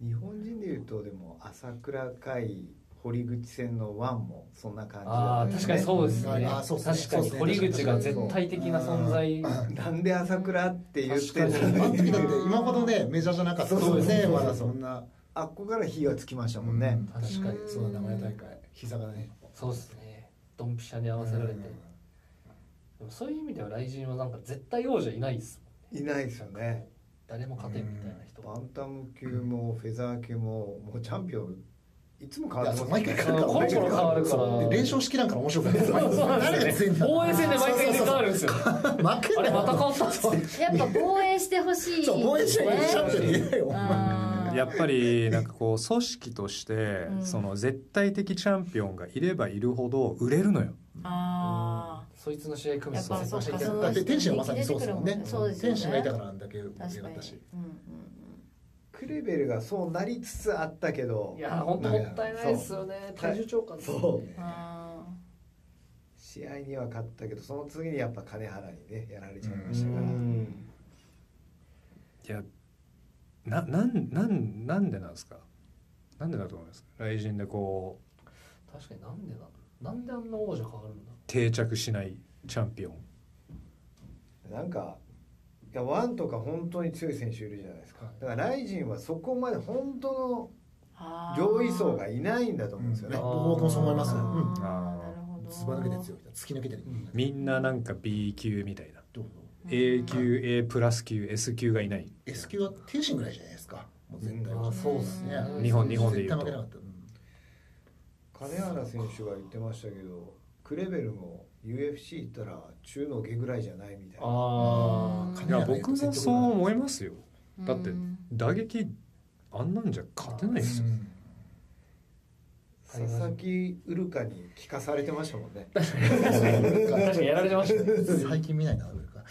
B: 日本人でいうとでも朝倉海堀口戦のワンもそんな感じ
E: あ
B: だ
E: あ
B: った
E: 確かにそうですね
C: あーそうっすね
E: 確か
C: そ
E: に
C: うっすね
E: 堀口が絶対的な存在
B: なんで朝倉って言ってん
E: 確かに
C: あ
B: の
C: の時だって今ほどねメジャーじゃなかった
B: そうそう
C: ね
B: そう
C: まだそんな
B: あっこから火がつきましたもんね、
E: 確かに
C: そうだ名前大会膝がね
E: そうですねドンピシャに合わせられてでもそういう意味では雷神はなんか絶対王者いないです
B: いないですよね
E: 誰も勝てんみたいな人
B: バンタム級もフェザー級ももうチャンピオンいつも変
C: い
B: わ
C: や
B: って
C: そう
B: ます
C: 毎回変わるから
E: コロコロ変わるから
C: そうで連勝式なんから面白くない誰が強いんだ
E: 防衛戦で毎回変わるんですよ
C: 負けん
E: あ
C: な
E: れ
C: よ
E: また変わったんですね
D: やっぱ防衛してほしい、ね、
C: そう防衛者にしちゃってるねよ
D: あー
A: やっぱりなんかこう組織として
D: うん
A: その絶対的チャンピオンがいればいるほど売れるのよ。
D: あ
E: そいつの試合組
D: や
E: む
D: っぱそっかその
C: だって天使はまさにそうですもんね
D: そうですよね
C: 天使がいたからあんだけ
D: ー
C: 盛り
D: 確
C: 上
D: か
C: が
D: に
C: ったし
D: うんうん
B: クレベルがそうなりつつあったけど
E: いや本当もったいないですよね体重超過ですよね
B: そう
D: うんあ
B: 試合には勝ったけどその次にやっぱ金原にねやられちゃいました
E: う
B: から、
E: ん
A: いやななんなんなんでなんですかなんでだと思いますか雷神でこう
E: 確かになんでだなんであんな王者変わるんだ
A: 定着しないチャンピオン
B: なんかいやワンとか本当に強い選手いるじゃないですかだからライジンはそこまで本当
D: ーあ
B: の
D: ー
B: 上位層がいないんだと思うんですよね、
C: うん僕もそう思いますねうん
D: あーなるほど
C: ずば抜けて強い突き抜けてる
A: みんななんか B 級みたいな
C: どうぞ
D: うん
A: A 級 A プラス級 S 級がいない
C: S 級は天心ぐらいじゃないですか
B: もう絶対
E: あそうっすね
A: 日本日本で言うと
C: 絶対負けなかった、うん
B: 金原選手が言ってましたけどクレベルも UFC 行ったら中の下ぐらいじゃないみたいな
E: あ
D: う
A: い
D: ん
A: や僕もそう思いますよだって
D: うん
A: 打撃あんなんじゃ勝てないですよ
B: 佐々木ウルカに聞かされてましたもん <laughs> ね
E: あ確かにやられてましたね
C: 最近見ないな、アメリカ。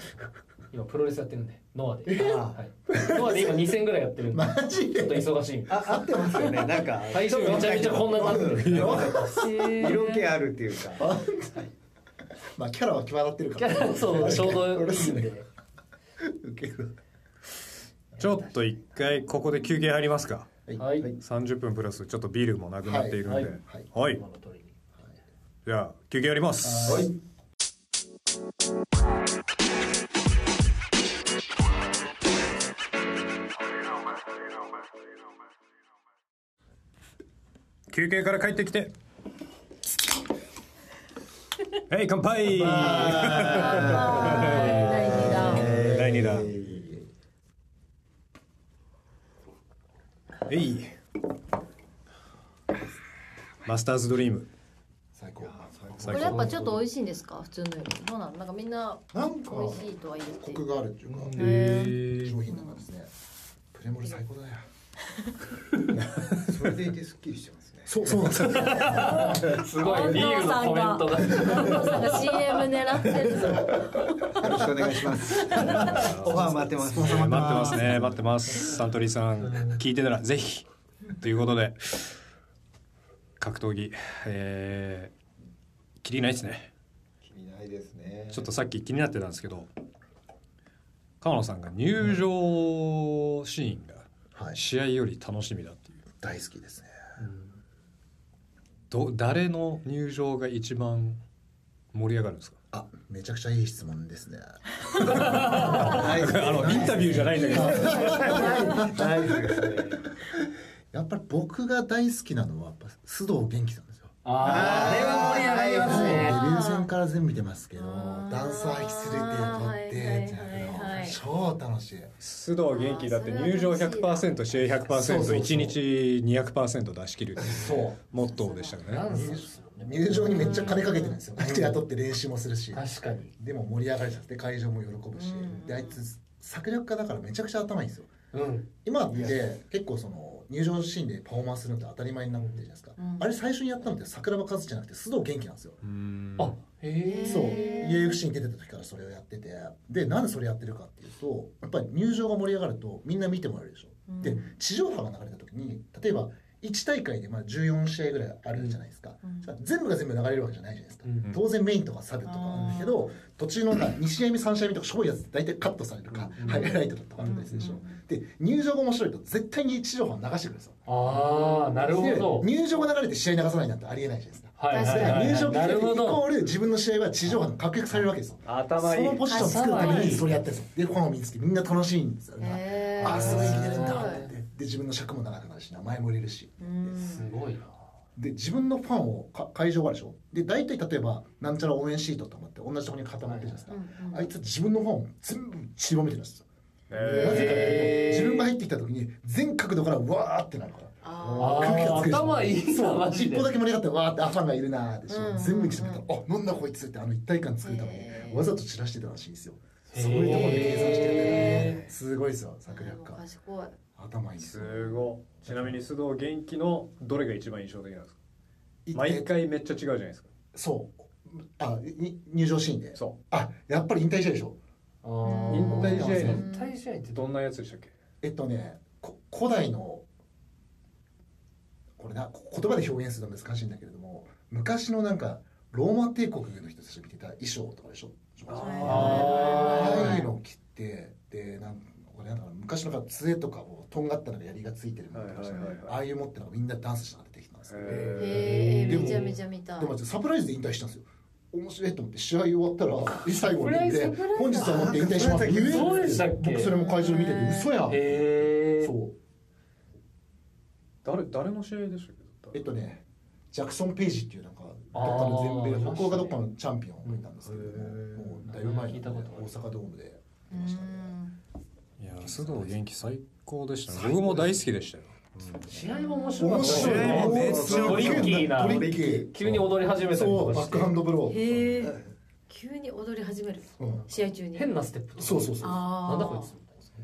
E: 今プロレスやってるんでノアで、
B: あ
E: はい、ノアで今2000ぐらいやってるんで
C: マジ
E: ちょっと
C: で。
E: 忙しいみたい
B: あ合ってますよねなんか
E: 体重めちゃめちゃこんなになってる
B: 色気あるっていうか
C: まあ、キャラは際立ってるか
E: キャラ
C: ら。
E: そうちょうどいいんで
B: 受ける
A: ちょっと一回ここで休憩入りますか
E: はい、
C: はい
A: 30分プラスちょっとビールもなくなっているんでは
E: はいい、
C: はい
E: 今の通りに
A: じゃあ休憩やります
C: はい
A: 休憩から帰ってきてはい乾杯
D: 第二
A: 第2
D: 弾
A: 弾えいマスターズドリーム
C: 最高。
D: こ
A: 最
D: れや
A: 高
D: っぱちょっと美味しいんですか普通のよりどうなのなんかみんな
C: なんか
D: 美、味しいとは言って
C: コクがあるっていうか、
D: へー
C: 商品なんかですね。プレモル最高だよ。
B: それでいてすっきりしてますね
C: そう、そうなんですよ。
E: すごいリールのコメントが
D: 安藤さんが CM 狙ってるぞ
B: よろしくお願いします <laughs> オファー待ってます
A: えー待ってますね待ってますサントリーさん聞いてたらぜひということで格闘技えー、切りないですね
B: 気にないですね
A: ちょっとさっき気になってたんですけど川野さんが入場シーンが
C: はい。
A: 試合より楽しみだっていう
C: 大好きですね。
A: ど誰の入場が一番盛り上がるんですか
C: あ、めちゃくちゃいい質問ですね。
B: 大好き
A: あのインタビューじゃないんだけど
B: 大好きですね
C: やっぱり僕が大好きなのは、やっぱ須藤元気さんですよ。
E: あーあれは盛り上がります
C: デビ
E: ね
C: ュー戦から全部見てますけど
D: あー
C: ダンサー引き連れて撮ってって
D: はいはいはいはい
C: 超楽しい
A: <laughs> 須藤元気だって入場100%試合
C: そうそうそ
A: 100%
C: う
A: 一日200%出し切るっていう
C: そう
A: モットーでしたからね
E: なんですよね
C: 入場にめっちゃ金かけてるんですよ相手雇って練習もするし
E: 確かに
C: でも盛り上がりじゃなくて会場も喜ぶし
D: うん
C: であいつ策略家だからめちゃくちゃ頭いいんですよ
E: うん
C: 今って結構その入場シーンでパフォーマンスするのって当たり前になってるじゃないですか、
D: うん
C: あれ最初にやったのって桜庭和樹じゃなくて須藤元気なんですよ
A: うん
E: あへえ
C: そう
D: へー
C: UFC に出てた時からそれをやっててでなんでそれやってるかっていうとやっぱり入場が盛り上がるとみんな見てもらえるでしょ、
D: うん
C: で地上波が流れた時に例えば1大会でまあ14試合ぐらいあるじゃないですか、
D: うん
C: じゃあ全部が全部流れるわけじゃないじゃないですか、
E: うん
C: 当然メインとかサブとかあるけど途中の2試合目3試合目とかしょぼいやつ大体カットされるか、
E: うん
C: ハイライトとかあるんでするでしょ、
D: うん
C: で入場が面白いと絶対に地上波は流してくるんですよ
E: ああなるほど
C: で入場が流れて試合流さないなんてありえないじゃないですか
E: はいはい
C: だか
E: はい
C: ら
E: はい
C: 入場
E: な
C: 規
E: る
C: 定
E: ほ
C: イコ
E: ど
C: ール自分の試合は地上波の確約されるわけですよ
F: 頭
C: そ
F: いい
C: のポジションを作るためにそれやってるんですよでファンを身につけみんな楽しいんですよね
D: へー
C: あすごい生きてるんだって
D: す
C: で自分の尺も長くなるし名前も売れるし
D: ごいうん
E: すごいな
C: で自分のファンをか会場があるでしょで大体例えばなんちゃら応援シートとかって同じところに固まってるじゃないですか、
D: うんうん
C: あいつ自分のファンを全部散りばめてるんですよなぜかというと
E: へー
C: 自分が入ってきた時に全角度からわーってなるから
D: あ
E: あ
C: 空気
E: ー
C: が作れる
E: 頭いいなマジ
C: 一
E: で
C: 方だけ盛り上がってわーってあファンがいるなーでしょ、
D: うん
C: 全部に決めたらあなんだこいつってあの一体感作るため
D: へ
C: に
D: ー
C: わざと散らしてたらしいんですよ
E: へー
C: そういうところで計算してやってたねすごいですよ策略
D: ー
C: 家
D: 賢い
C: 頭いいですよ
A: すごいちなみに須藤元気のどれが一番印象的なんですか
C: 行って
A: 毎回めっちゃ違うじゃないですか
C: そうあに入場シーンで
A: そ
C: あやっぱり引退試合でしょ
E: あー
A: 引退試合の
E: 引退試合って
A: う
E: ど
A: どんなやつでしたっけ
C: えっとねこ古代のこれなこ言葉で表現するのは難しいんだけれども昔のなんかローマ帝国の人たちが着てた衣装とかでしょああいうのを切ってでなんかこれなんか昔のなんか杖とかもとんがったのが槍がついてるみたいな、
A: はいはいはいはい
C: ああいう持ってなんかみんなダンスしながら出てきたんですよ、
D: へ
C: で
D: え
C: も
D: めちゃめちゃ見たい
C: でもサプライズで引退したんですよ面白いと思って試合終わったら最後に言っ
E: サ
C: て
E: プライズ
C: 本日はもって引退しますって言え
E: そうでしたっけ
C: 僕それも会場で見てて嘘やん
E: へえ
C: そう
A: 誰誰の試合でしたっけ
C: えっとねジャクソン・ペイジっていうなんかどっか
E: あー
C: の全
E: いました
C: 米
E: ね
C: 北欧かどっかのチャンピオンがいたんですけども、
A: うん
C: もうだいぶ前に、
E: 聞いたことある
C: 大阪ドームで
D: うん
A: いやー須藤元気最高でしたね僕も大好きでしたよ
E: 試合も面白かっ
C: 面
E: たです
C: 白い
A: 面白い
E: ね
C: ね
E: トリッキーな
C: トリッキー
E: 急に踊り始めたり
C: そ
E: と
C: う
E: か
C: バ
E: し
C: ッ
E: て
C: クハンドブロー
D: へえ急に踊り始める
C: うん
D: 試合中に
E: 変なステップとか
C: そうそうそう
D: ああ
E: なんだこいつ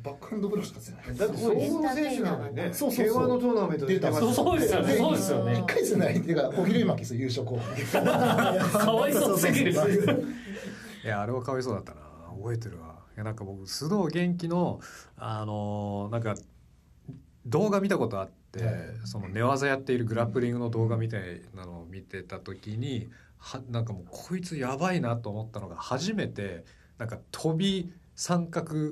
C: バックハンドブローしか出ない
B: だって総合選手なのにね
C: そうそうそう
B: K1 のトーナメントで出てま
C: 出
B: した
E: そうですよねそうですよね
C: 一回じゃないっていうかおひれ巻きですよ優勝候補
E: かわいそうすぎる
A: いやあれはかわいそうだったな覚えてるわいやなんか僕須藤元気のあのーなんか動画見たことあって、
C: はい
A: その寝技やっているグラップリングの動画みたいなのを見てた時にはなんかもうこいつやばいなと思ったのが初めてなんか飛び三角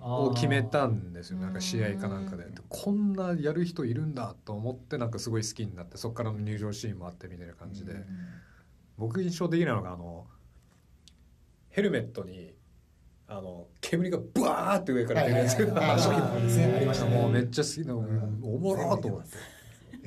A: を決めたんですよなんか試合かなんかで
C: うん
A: でこんなやる人いるんだと思ってなんかすごい好きになってそこからの入場シーンもあってみたいな感じで、僕印象的なのがあのヘルメットにあの煙がブワーって上から出 <laughs> るやつ
C: はいはいはいあー初期の方ですねありましたね
A: もうめっちゃ好きなの、
C: ん
A: おもろーと思っ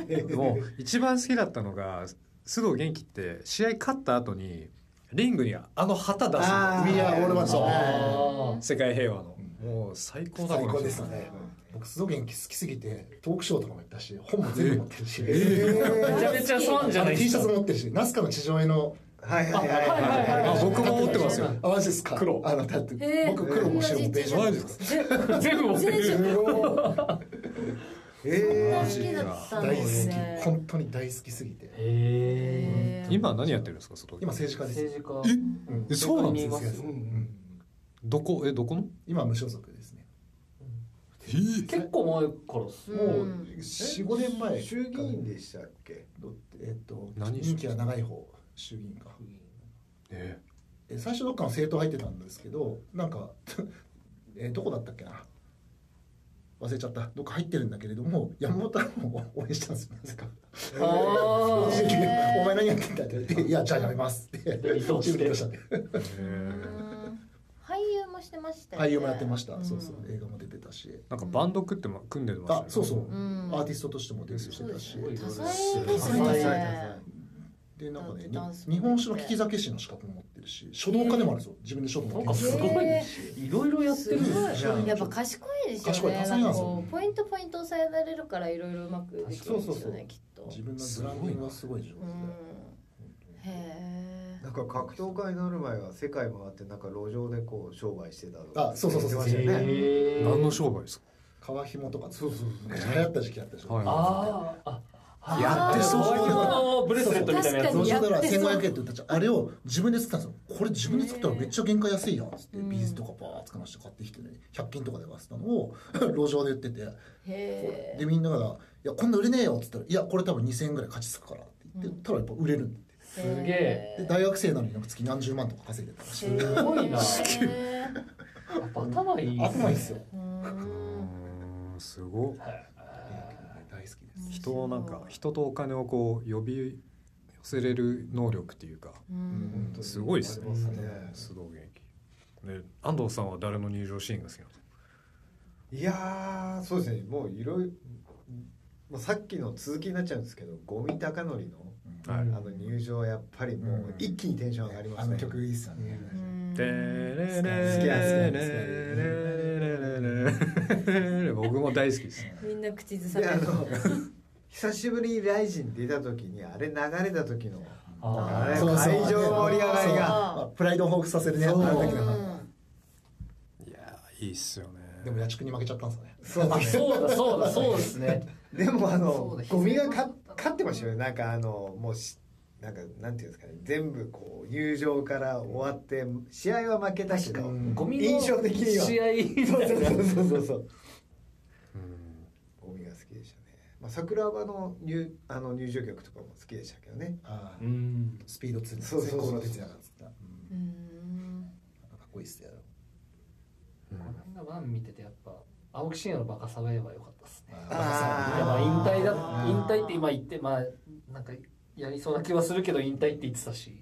A: て。もう一番好きだったのが須藤元気って試合勝った後にリングにあの旗出す
B: あー
C: ミ
A: の
C: ラーオールマッチ
E: あー
A: 世界平和の、
C: う
A: もう最高だ
C: 最高です
A: こ
C: よ
A: の人
C: ね僕須藤元気好きすぎてトークショーとかも行ったし本も全部持ってるし、
E: めちゃめちゃファンじゃ
C: あ
E: な
C: の
E: い
C: T
E: です
C: シャ
E: か
C: ツ持ってるしナスカの地上絵の
B: はいはいはいはい
E: はいはい
A: あ
E: はい
A: 僕も持ってますよ
C: あマジですか
A: 黒
C: あのだって
D: へー
C: 僕黒も白もベージュ
A: マジですか
E: 全部持って
D: 全
E: る
D: 部
B: え
D: 大好きだったん
C: 大
D: です
C: 好
D: ね
C: き本当に大好きすぎて
E: へ
A: 今何やってるんですか須藤
C: 今政治家です
E: 政治家
C: うん
A: えそうなんです
E: か
C: 政治家ですうん
A: どこえどこの
C: 今無所属ですね
E: 結構前からっす
D: う
E: ね
D: ん
C: もう45年前
B: 衆議院でしたっけ
C: どえっと
A: 何
C: 任期は長い方衆議院が
A: え
C: え最初どっかの政党入ってたんですけどなんか <laughs> えーどこだったっけな忘れちゃったどっか入ってるんだけれども山本太郎を応援したんですよなぜか
E: ああ
C: 正直お前何やってんだって言われていやじゃあやめます」って
E: 離党して
C: 自分で離党したんで
D: 俳優もしてましたよね
C: 俳優もやってました、
D: ん
C: そうそう映画も出てたし
A: なんかバンド組ってま組んでましたよ
C: あ
A: ね
C: そうそう、
D: ん
C: アーティストとしてもデビューして
D: そう
C: た
D: で
C: し
D: すよね
E: す
D: 多
E: ご
D: 彩
E: い
D: です
C: 多彩
D: ね
C: でなんかね
D: だってダンスも
C: に日本酒の利き酒師の資格も持ってるし書道家でもあるんですよ自分で書道
E: な
C: も
E: んかす
C: る
E: ごい
D: へ
E: いろいろやって
D: す
E: るん
D: ご
E: で
D: い
E: すね
D: やっぱ賢いですよね
C: 賢い多彩なんですよ
D: んかこうポイントポイント抑えられるからいろいろうまくできるんで
C: そう
D: す
C: そ
D: よ
C: うそ
D: ね
C: う
D: きっと
C: 自分のブランディングがすごい上手で、
D: うんへえ
B: なんか格闘家になる前は世界回ってなんか路上でこう商売してたとか
C: あそうそうそう
B: 言
C: そう
B: ってましたよね
E: へー
A: 何の商売ですか
C: 革紐とかそうそう流行った時期あったでしょ、
A: はい
E: あーあ
C: やってそう
E: ホワイトのブレスレットみたいなやつ
D: 確かに
C: 路上なら1500円って言ったじゃんあれを自分で作ったんですよこれ自分で作ったらめっちゃ原価安いやんっつって、
D: うん
C: ビーズとかバーッつかまして買ってきてね100均とかで買ってたのを路上で売ってて
D: へ
C: でみんなが「いやこんな売れねえよ」っつったら「いやこれ多分2000円ぐらい価値つくから」って言っ
D: うん
C: てたらやっぱ売れるんだって
D: す
E: すげえ
C: で大学生なのになんか月何十万とか稼いでたらしい
D: す
E: ごいな
D: へえ
E: やっぱ頭いい
C: 頭いいっすよ
D: う
A: うんーんすごっ
C: 大好きで
A: 人をなんか人とお金をこう呼び寄せれる能力っていうか
D: うん
B: 本当に
A: すごいっすね
B: ありますね
A: 須藤元気で安藤さんは誰の入場シーンが好きなんですか
B: いやーそうですねもういろいろまあさっきの続きになっちゃうんですけど五味貴教の
C: す
A: はい
B: あの入場はやっぱりもう一気にテンション上がりま
C: あ
B: すね
C: の曲いいっすよね
D: うん
A: でれれれれれれ僕も大好きです
D: みんな口ずさん
B: で
D: で
B: あ
D: る
B: の <laughs> 久しぶりにライジン出た時にあれ流れた時の
E: あ
B: あれ
E: ー
C: そうそう
B: 会場盛り上がりが
C: そうまあプライドを彷彿させるね
B: そう
C: あの時
D: う
C: の
D: ん
A: いやーいいっすよね
C: でも野畜に負けちゃったんですよ
B: そう
C: ね <laughs>
E: あそうだそうだそうですね
B: でもあ
D: そう
B: の
D: だ
B: ゴミがか勝ってましたよねなんかあのもうしなんかなんていうんですかね全部こう入場から終わって試合は負けたけど
C: うん
E: ゴミの
B: 印象的には
E: 試合
B: そうそうそうそうそう
A: うん
B: ゴミが好きでしたね、まあ、桜庭の入あの入場曲とかも好きでしたけどね
C: ああ
E: うん
C: スピード2
B: そうそうそう
C: の哲也がつったう
D: う
C: ん
D: ん
C: かっこいいっすよ
E: この辺がワン見ててやっぱ青木真也のバカさが言えばよかったですね
B: あー
E: いやまあ引退だ
D: あー
E: 引退って今言ってまあなんかやりそうな気はするけど引退って言ってたし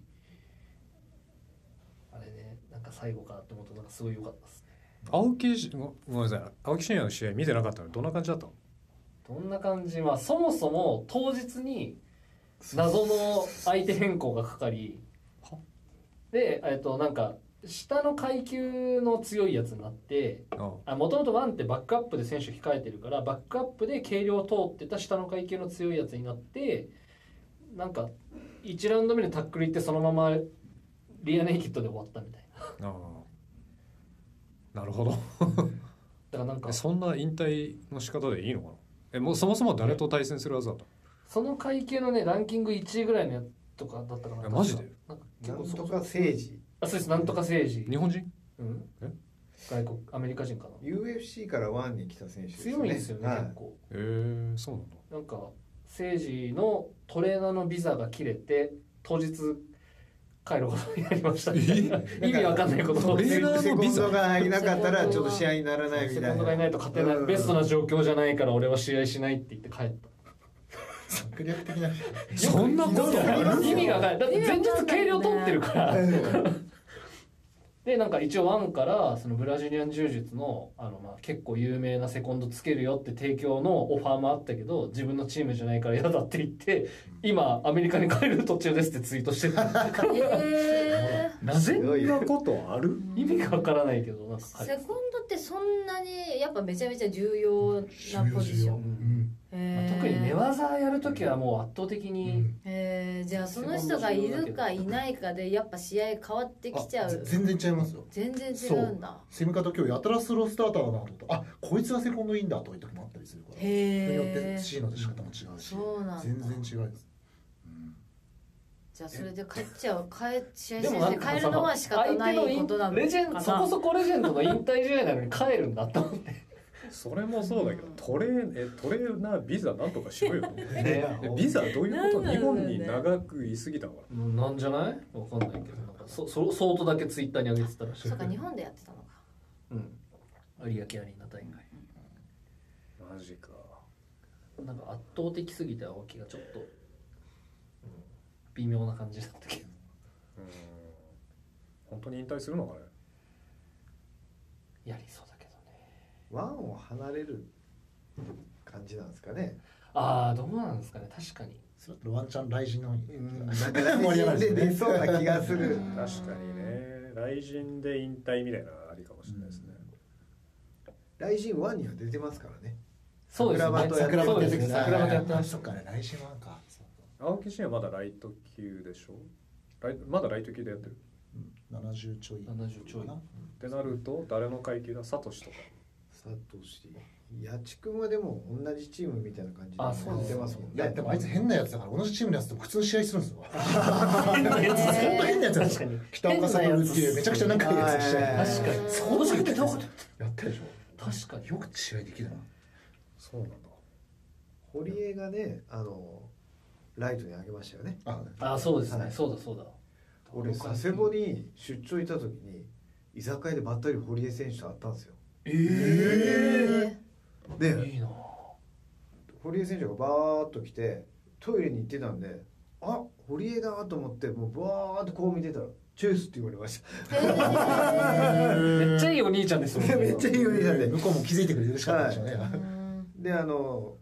E: あれねなんか最後かって思うとなんかすごい良かったですね
A: 青木しごごめんなさい青木真也の試合見てなかったのにどんな感じだったの
E: どんな感じまあそもそも当日に謎の相手変更がかかり
A: は
E: でえっとなんか下の階級の強いやつになって
A: うん
E: もともと1ってバックアップで選手控えてるからバックアップで軽量通ってた下の階級の強いやつになってなんか1ラウンド目のタックル行ってそのままリアネイキッドで終わったみたいな
A: ああなるほど
E: だからなんか
A: えそんな引退の仕方でいいのかなえもうそもそも誰と対戦するはずだった
E: その階級のねランキング1位ぐらいのやつとかだったかな
A: えマジで
E: なんか結
B: なん
E: 構そ
B: と
E: こ
B: か政治
E: あそうですなんとか政治、
A: 日本人
E: うん
A: え、
E: 外国アメリカ人かな
B: UFC からワンに来た選手ですよね
E: 強いんですよね、
B: はい
E: 結構
A: えー、そうなんだ
E: なんか政治のトレーナーのビザが切れて当日帰ることになりましたみたいな意味わかんないこと
A: ト
E: を
A: レーナー
B: セ
A: の
B: コ
A: ビ
B: ン
A: ザ
B: ドがいなかったらちょっと試合にならないみ
E: セ
B: た
E: コ
B: い
E: ンドがい
B: な
E: ないと勝てない、
B: うん
E: ベストな状況じゃないから俺は試合しないって言って帰った
C: 策略的な。
A: そんなことある
E: 意味がわかんないだって前日計量取ってるからでなんか一応ワンからそのブラジリアン柔術のあのまあ結構有名なセコンドつけるよって提供のオファーもあったけど自分のチームじゃないから嫌だって言って今アメリカに帰る途中ですってツイートしてた
D: え
A: な
B: す
A: ぜ
B: ごい
A: そん
B: よ
A: なことある
E: 意味がわからないけどなんか
D: ー、
E: 彼
D: セコンドってそんなにやっぱめちゃめちゃ重要なポジション、
C: うん。
E: まあ
D: えー
E: 特に寝技やるときはもう圧倒的に、
D: えー、じゃあその人がいるかいないかでやっぱ試合変わってきちゃ
C: あぜ
D: う
C: 全然違いますよ。
D: 全然違うんだ
C: セミカと今日やたらスロースターターだなと思って、あ、こいつがセコンドいいんだという時もあったりするから。人によって
D: へえ
C: C の出し方も違うし
D: そうなんだ、
C: 全然違います。うん
D: じゃあそれで帰っちゃう帰試合
E: で
D: 試
E: も
D: 合
E: なん
D: で
E: か
D: 帰
E: そ
D: るの
E: の
D: は仕方ないことなのかな
E: レジェンドそこそこレジェンドの引退試合なのに帰るんだと思って
A: それもそうだけどトレーえトレーナービザ <laughs> なんとかしろよと思ってえビザどういうこと
D: なんだろうね
A: 日本に長くいすぎたのか
E: <laughs> うんなんじゃないわかんないけどなんかそそ相当だけツイッターに上げてたらしい
D: そうか日本でやってたのか
E: うん有明アリーナ大会
A: なマジか
E: なんか圧倒的すぎて青木がちょっと、うん微妙な感じだったけど
A: うん本当に引退するのかね
E: やりそうだけどね
B: ワンを離れる感じなんですかね
E: ああどうなんですかね確かに
C: それだったらワンチャン雷神の方に。 <laughs>
B: なんかで出そうな気がする
D: うん
A: 確かにね雷神で引退みたいなのありかもしれないですね、
B: 雷神ワンには出てますからね
E: そうですね
B: 桜庭
E: そう
B: とや
E: で
B: って
E: す
B: る
E: ね桜庭とやってまし
C: そ
E: た
C: っかね、雷神ワンか。
A: 青木真也まだライト級でしょライまだライト級でやってる
C: 七十ちょい。
E: 70ちょい
C: かな
A: ってなると誰の階級だサトシとか
B: サトシ八千君はでも同じチームみたいな感じで
E: あそう
B: やってますもん
C: いや
B: ね
C: でもあいつ変なやつだから同じチームのやつとも普通に試合するんですよ。
E: 変なやつ
C: ほんと変なやつなんです
E: 確
C: よ
E: かに
C: 北岡さんのルーティンめちゃくちゃ仲いいやつと試合
B: 変なや
C: <laughs>
B: つ
E: 確かに
C: そうだよ
E: 確かに
C: やったでし
E: 確か
C: ょ
E: に
C: よく試合できるな。
A: そうなんだ
B: 堀江がねあのライトに上げましたよね
C: あ、
E: ああそうです
B: は
E: ね
B: い
E: そうだそうだ
B: 俺佐世保に出張行った時に居酒屋でばったり堀江選手と会ったんですよ
E: え
B: で
E: いいな
B: 堀江選手がバーッと来てトイレに行ってたんであ堀江だと思ってもうバーッとこう見てたらチェイスって言われました
D: へ
E: めっちゃいいお兄ちゃんですもんね
B: めっちゃいいお兄ちゃんで
C: 向こうも気づいてくれてるしかないでしょうね。
D: ーうん
B: であの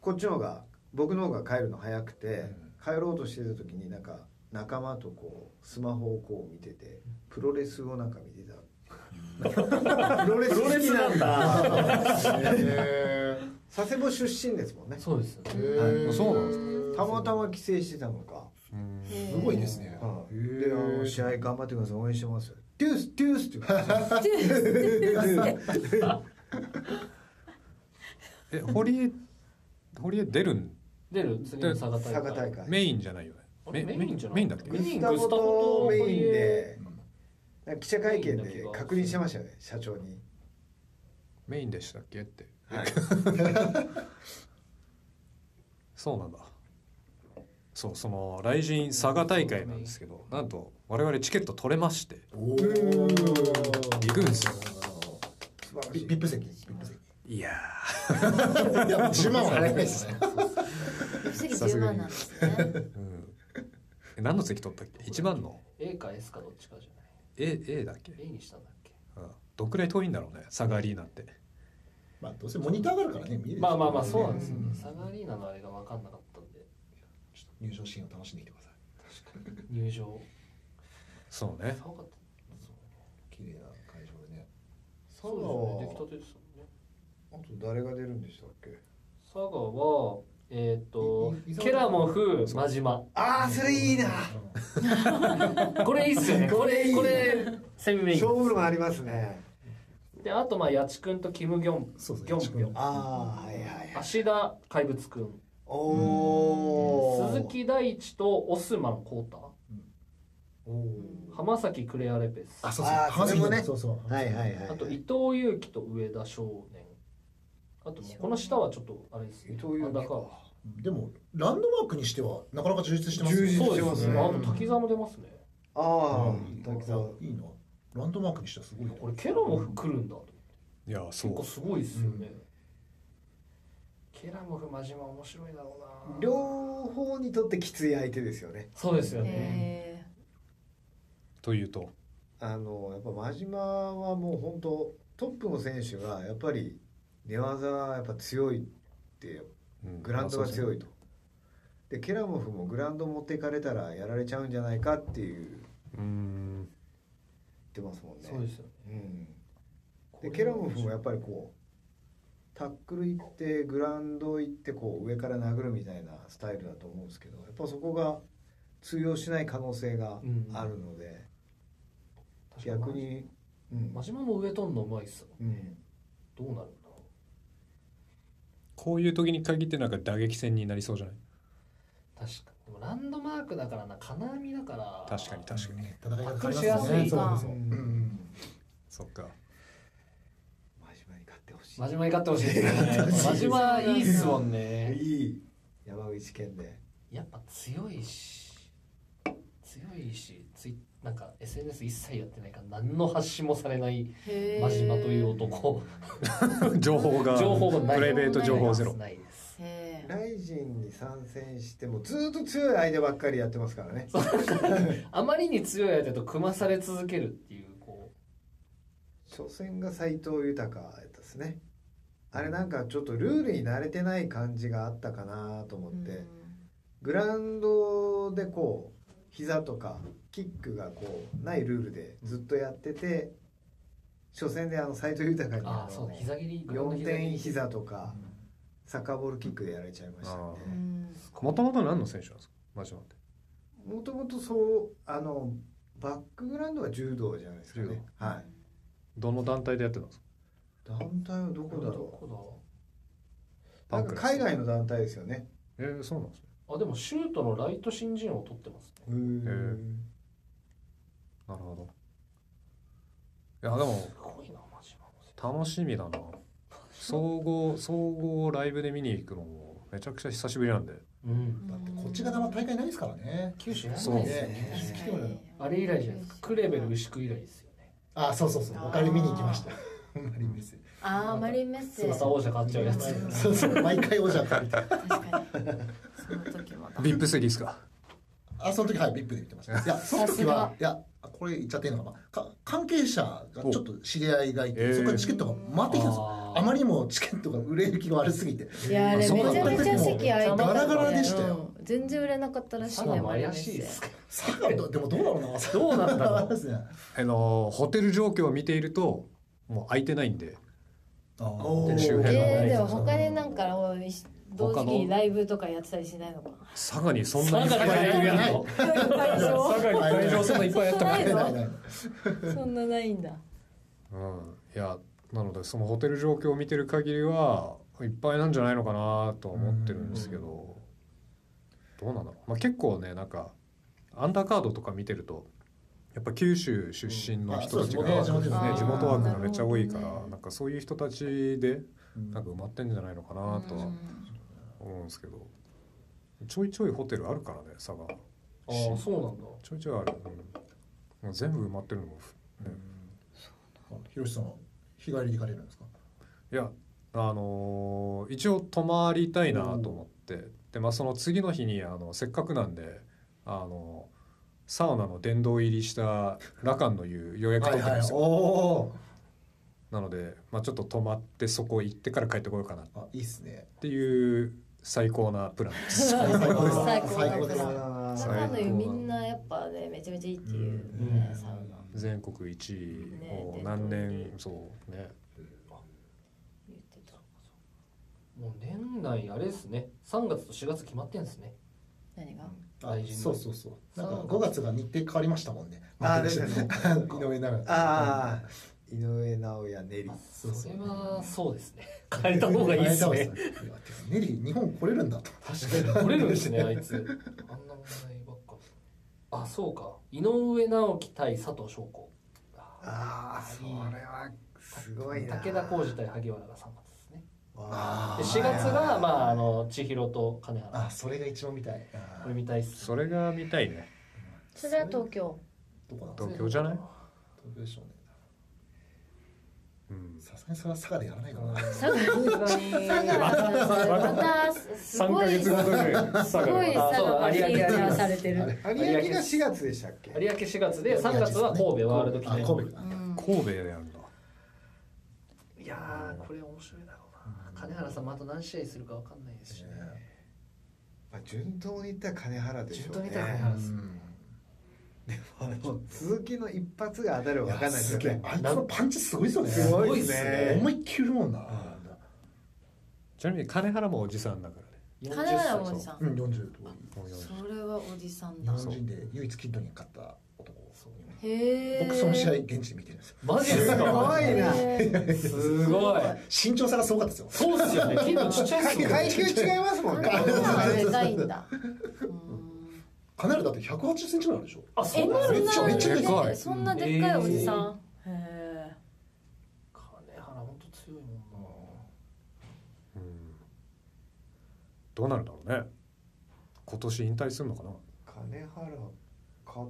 B: こっちの方が僕の方が帰るの早くて、帰ろうとしてた時になんか仲間とこうスマホをこう見ててプロレスをなんか見てたプロレス好きなんだ <laughs> 佐世保出身ですもんね
E: そうですよね
A: あそうなんです
B: たまたま帰省してたのか、
C: <laughs> すごいですね。
B: うんであの試合頑張ってください応援してますよデュースデュースって言われて
A: え堀江堀江出るん
E: 出る次の佐賀大
B: 佐賀
E: 会
B: 大会
A: メインじゃないよね
E: あれメインじゃない
A: メインだっけ
E: メイ
B: ス
E: ン
B: タごとメインでなんか記者会見
E: メインだ
B: で
E: けが
B: 確認してましたよね社長に
A: メインでしたっけ
E: <laughs>
A: って
B: はい
A: そうなんだそうその雷神佐賀大会なんですけどなんと我々チケット取れまして
C: お
A: 行
C: お。
A: くんですよ
B: 素晴らし
C: ビ
B: い
C: ビップ席。ビップ席。
A: いや
C: いや十万は払えないですね。
D: 次10万なんですね
A: ー、うん、え何の席取ったっけ一番の
E: A か S かどっちかじゃ
A: A, A だっけ、
E: ない A にしたんだっけ
A: うん、どんくらい遠いんだろうね佐賀アリーナって
C: まあどうせモニターがあるからね見える。
E: まあまあまあそうなんですよね
C: う
E: 佐賀アリーナのあれが分かんなかったんで
C: 入場シーンを楽しんできてください。
E: 入場
A: そうね
E: そうかったそう
B: 綺麗な会場でね佐賀
E: そう
B: は
E: ですね。出来たてですもんね。
B: あと誰が出るんでしたっけ
E: 佐賀はえっ、と
B: いい
E: ケラモフ真島。
B: ああそれいいな
E: これいいっすよね。これこれ鮮明に
B: 勝負論ありますね
E: であとまあ八千くんとキムギョン
C: そうですね
E: ギョンギョン。
B: ああはいはいはい
E: 芦田怪物くん。
B: おおー
E: 鈴木大地とオスマンコー
B: おー
E: タ。浜崎クレアレペス。
C: あ
E: あ
C: そうそう
B: あー
C: 浜崎
B: それもね
C: そうそう
B: はいはいはい
E: と伊藤祐樹と上田少年。あともうこの下はちょょっとあれです
B: 伊
E: ね。
B: 藤裕
E: アンダーカー
C: でもランドマークにしてはなかなか充実してます
B: 充実
E: そう
B: して
E: で
B: ますす
E: ね。
B: ね
E: あと滝沢も出ますね。
B: ああ
C: うん
B: 滝沢
C: いいなランドマークにしてはすごいな
E: これケラモフ来るんだと。
A: いやそ
E: 結構
A: う
E: すごいですよね。ケラモフ真島面白いだろうな。
B: 両方にとってきつい相手ですよね
E: そうですよね。
D: え
A: というと
B: あのやっぱ真島はもう本当トップの選手がやっぱり寝技がやっぱ強いってグラウンドが強
A: い
B: いと。でケラモフもグラウンド持っていかれたらやられちゃうんじゃないかっていう
A: うん
B: 言ってますもんね。
E: そうですよね。
B: うん、でケラモフもやっぱりこうタックル行ってグラウンド行ってこう上から殴るみたいなスタイルだと思うんですけどやっぱそこが通用しない可能性があるので、逆に、うん
E: 真島も上飛んのうまいっすよ。
B: うん、
E: どうなるんだろう。
A: こういう時に限ってなんか打撃戦になりそうじゃない
E: 確かにでもランドマークだからな金網だから
A: 確かに確かに
C: 戦い方変わります
E: しやすい
C: そうそう
D: か
C: そううんうん
A: そっか
B: 真島に勝ってほしい
E: 真。島に勝ってほしいですね真島いいっすもん
B: い
E: ね
B: い山口県で。
E: やっぱ強いし強いしツイなんか SNS 一切やってないから何の発信もされない
D: へえ
E: 真島という男
A: <laughs> 情報が
E: 情報がない
A: プライベート情報ゼロ
E: ないです
D: へえ
B: ライジンに参戦してもずっと強い間ばっかりやってますからね。
E: あまりに強い相手と組まされ続けるっていうこ
B: 初戦が斎藤豊ですね。あれなんかちょっとルールに慣れてない感じがあったかなと思って、グラウンドでこう膝とかキックがこうないルールでずっとやってて、初戦であの斎藤豊に
E: うあ
B: あ
E: あそう
B: の
E: だ膝切り
B: 4点膝とか
C: うん
B: サッカーボールキックでやられちゃいましたね。
D: う
A: あ
D: ん
A: もともと何の選手なんですかマジマって
B: もともとそうあのバックグラウンドは柔道じゃないですか
A: 柔
B: ね。はい。
A: どの団体でやってたんですか
B: 団体はどこだ
E: ど
B: ろ
E: こ
B: う。なんか海外の団体ですよね。
A: えー、そうなんですね
E: だあでもシュートのライト新人を取ってますね
B: うーん
A: なるほどいやでも
E: すごいな真島も
A: 楽しみだな総合 <laughs> 総合をライブで見に行くのもめちゃくちゃ久しぶりなんで
E: うん
C: だってこっち側大会ないですからね
E: 九州やら
A: そう
E: ない
A: で
E: ですすよね
C: ね
D: 確かに
E: あれ以来じゃないですかクレベル牛久以来ですよね
C: あそうそうそうおかり見に行きました <laughs> マリンメッセ
D: ああマリンメッセ
E: 翼王者買っちゃうやつ
C: そうそう毎回おじゃ借りて
D: 確かにその時もだ
A: ビップ席ですか <laughs>
C: あその時はいビップで見てましたいやその
D: さ
C: 時
D: すが
C: はいやこれ言っちゃっていいのかなか関係者がちょっと知り合いがい
A: おえ
C: て
A: ー
C: そこからチケットが回ってきたんですよ
E: あー
C: あまりにもチケットが売れ行きが悪すぎて
D: いやあれ
A: そう
D: め
A: なん
D: ち
A: だ
D: ゃめちゃ席空いてた
C: ガラガラでしたよ
D: うん全然売れなかったらしい
E: 佐賀
D: ね
E: も
D: マリンメ
E: 怪
D: ッ
E: しいです
D: セ
E: か
C: 佐賀とでもどうだろうな
E: どうなんだろう
C: ですね
A: あのホテル状況を見ているともう空いてないんで
C: あー
B: おー
A: で周辺
D: え
A: の
D: ーでも他でなんかおいし同時期にライブとかやってたりしないのか
A: 佐賀にそんなにいっぱい
E: 佐賀に
A: ライブやるの
D: いっぱ
E: <laughs>
D: いでしょ
A: 佐賀に会場そんないっぱいやったの
D: ない
C: 出ない
D: の
C: ない
D: そんなないんだ
A: うんいやなのでそのホテル状況を見てる限りはいっぱいなんじゃないのかなとは思ってるんですけどどうなんだろう、まあ、結構ねなんかアンダーカードとか見てるとやっぱ九州出身の人たちが、
C: うんあそうですね
A: ね、地
C: 地
A: 元枠
C: 元枠
A: が
C: が
A: めっちゃ多いから
D: なる
A: な,、
D: ほどね
A: んかそういう人たちで
C: うん
A: なんか埋まってんじゃないのかなとは
D: うん
A: 思うんですけどちょいちょいホテルあるからね佐賀
E: あーそうなんだ
A: ちょいちょいある、うん、もう全部埋まってるのも、ね、
C: ひろしさんは日帰りで行かれるんですか
A: いやあのー一応泊まりたいなと思ってで、まあ、その次の日にあのせっかくなんであのサウナの殿堂入りしたラカンの湯予約取ってるんですよ、
C: お
A: なので、まあ、ちょっと泊まってそこ行ってから帰ってこようかなっ
C: ーあいいっすね
A: ていう最高なプランです
C: 最高です
D: 最高
C: 最高
B: 最高
C: です
B: だなあー
D: 中の湯
B: 最高
D: みんなやっぱねめちゃめちゃいいっていう
E: う
D: ね
E: ん
D: サウナ
A: 全国一位
D: ね
A: を何
D: 伝
A: 年そうね
D: 言ってた
E: もう年内あれですね3月と4月決まってんですね
D: 何が
C: あ
E: 大事に
C: そうそうそうなんか5月が日程変わりましたもんね
B: あーですね
C: 井上なら
B: ああ井上尚弥ネリ
C: そう
E: そ
C: そう
E: れはそうですね
C: <laughs>
E: 変えた方がいいですね
C: いやてかネリ日本来れるんだと
E: 確かに取れるんですねあいつあんな問題ばっかあそうか井上直樹対佐藤翔子
B: ああそれはすごいな
E: 武田浩二対萩原が3月ですね
B: わ
E: で
B: ー
E: 4月がまああの千尋と金原
C: あそれが一番見たい
E: これ見たいっす
A: それが見たいね
D: それは東京
C: どこなんですか
A: 東京じゃない
C: 東京でしょうね
A: うん
C: さすがにそれは佐賀でやらないかな
D: 佐賀
E: さすがに
D: またす
A: 3
D: ご
A: ヶ
D: い
A: 月後ぐらい
D: すごい佐賀が
E: そう有明
D: 提案されて
B: あ
D: る
B: れ有明が4月でしたっけ
E: 有明4月
C: <laughs>
E: で3月は神戸ワールド記
C: あ
E: 念
C: 神戸か
D: うん
A: 神戸でやるんだ
E: いやーこれ面白いだろうな金原さんもあと何試合するかわかんないですしね
B: まあ順当にいったら金原でしょうね
E: 順当にいったら金原
C: うん
B: <laughs> あの鈴木の一発が当たるわかんないですよ
C: すげえ
B: ね
C: あいつのパンチすごいですよね
B: すごいっ
E: す
B: す
E: ね
B: ね
C: 思いっきり振るもんな
A: ちなみに金原もおじさんだからね
E: 40
D: 金原
E: 歳
D: もおじさ
C: うんん40と
A: もう40
D: それはおじさん
C: 日
D: だ
C: 本人で唯一キッドに勝った男
D: へえ
C: 僕その試合現地で見てるんですよ
E: マジです
B: す
E: か
B: ごいな
E: すごい
C: 身長差がすごかったですよ
E: そうっすよね結構ちっちゃいっすもん
B: 階
E: ね
B: 級違いますもんね
D: あれは
C: そうそうそう
D: でかいんだうん
C: かなりだって180センチぐらいあるでしょ
E: あ
D: え
E: そ
D: ん
E: うなん
D: な
E: で
C: めっちゃめっちゃでかい
D: そんなでっかいおじさんへ
E: すか金原本当強いも
A: うんどうなるんだろうね今年引退するのかな
B: 金原勝っ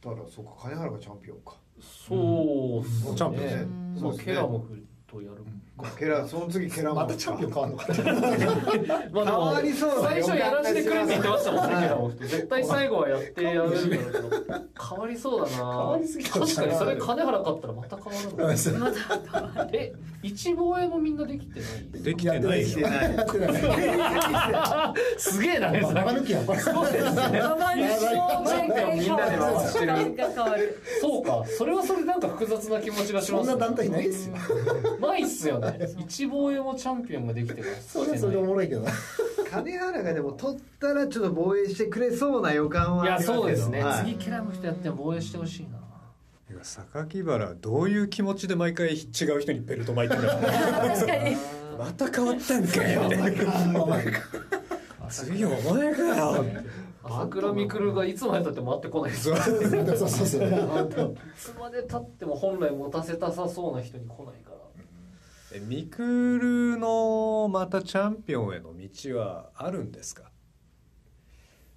B: たらそうか金原がチャンピオンか
E: んなそうっす
A: チャンピオン
E: ね
A: ね
D: え
E: まあ
B: そうっすね
E: ケラモフとやる
B: ケラその次ケラ
C: またチャンピオン変わるのかな
E: まあで
B: 変わり
E: も
B: そうな
E: 最
B: 予
E: 初
B: 感
E: やらせてくれって言ってましたもんね
B: はい
E: ケラモフって絶対最後はやってやるんだろうけど変わりそうだな変
C: わりすぎた
E: 確かにそれ金原勝ったらまた変わるのかな
D: えまだ
E: え一防衛もみんなできてない
A: できてない
B: して
A: よ
B: ない
C: やってない <laughs>
E: すげえな
C: ババ抜きやばい
D: やばい
E: なんかみんなで回してる
D: なんか変わる
E: そうかそれはそれでなんか複雑な気持ちがし
C: そ
E: ま
C: ん
E: す
C: な団体ないですよ
E: ないっすよね一防衛もチャンピオンができてる
C: それはそれでおもろいけどな
B: 金原がでも取ったらちょっと防衛してくれそうな予感はいありま
E: や
B: すけど
E: そうですね、
B: はい
E: 次ケラムフとやっても防衛してほしいない
A: や榊原どういう気持ちで毎回違う人にベルト巻いてるん <laughs> だろ
D: 確かに
A: うまた変わったんか <laughs> よみたいな次お前かよ
E: 朝倉未来がいつまでたって回ってこないです
C: そうそうそう
E: いつまでたっても本来持たせたさそうな人に来ないから
A: えミクルのまたチャンピオンへの道はあるんですか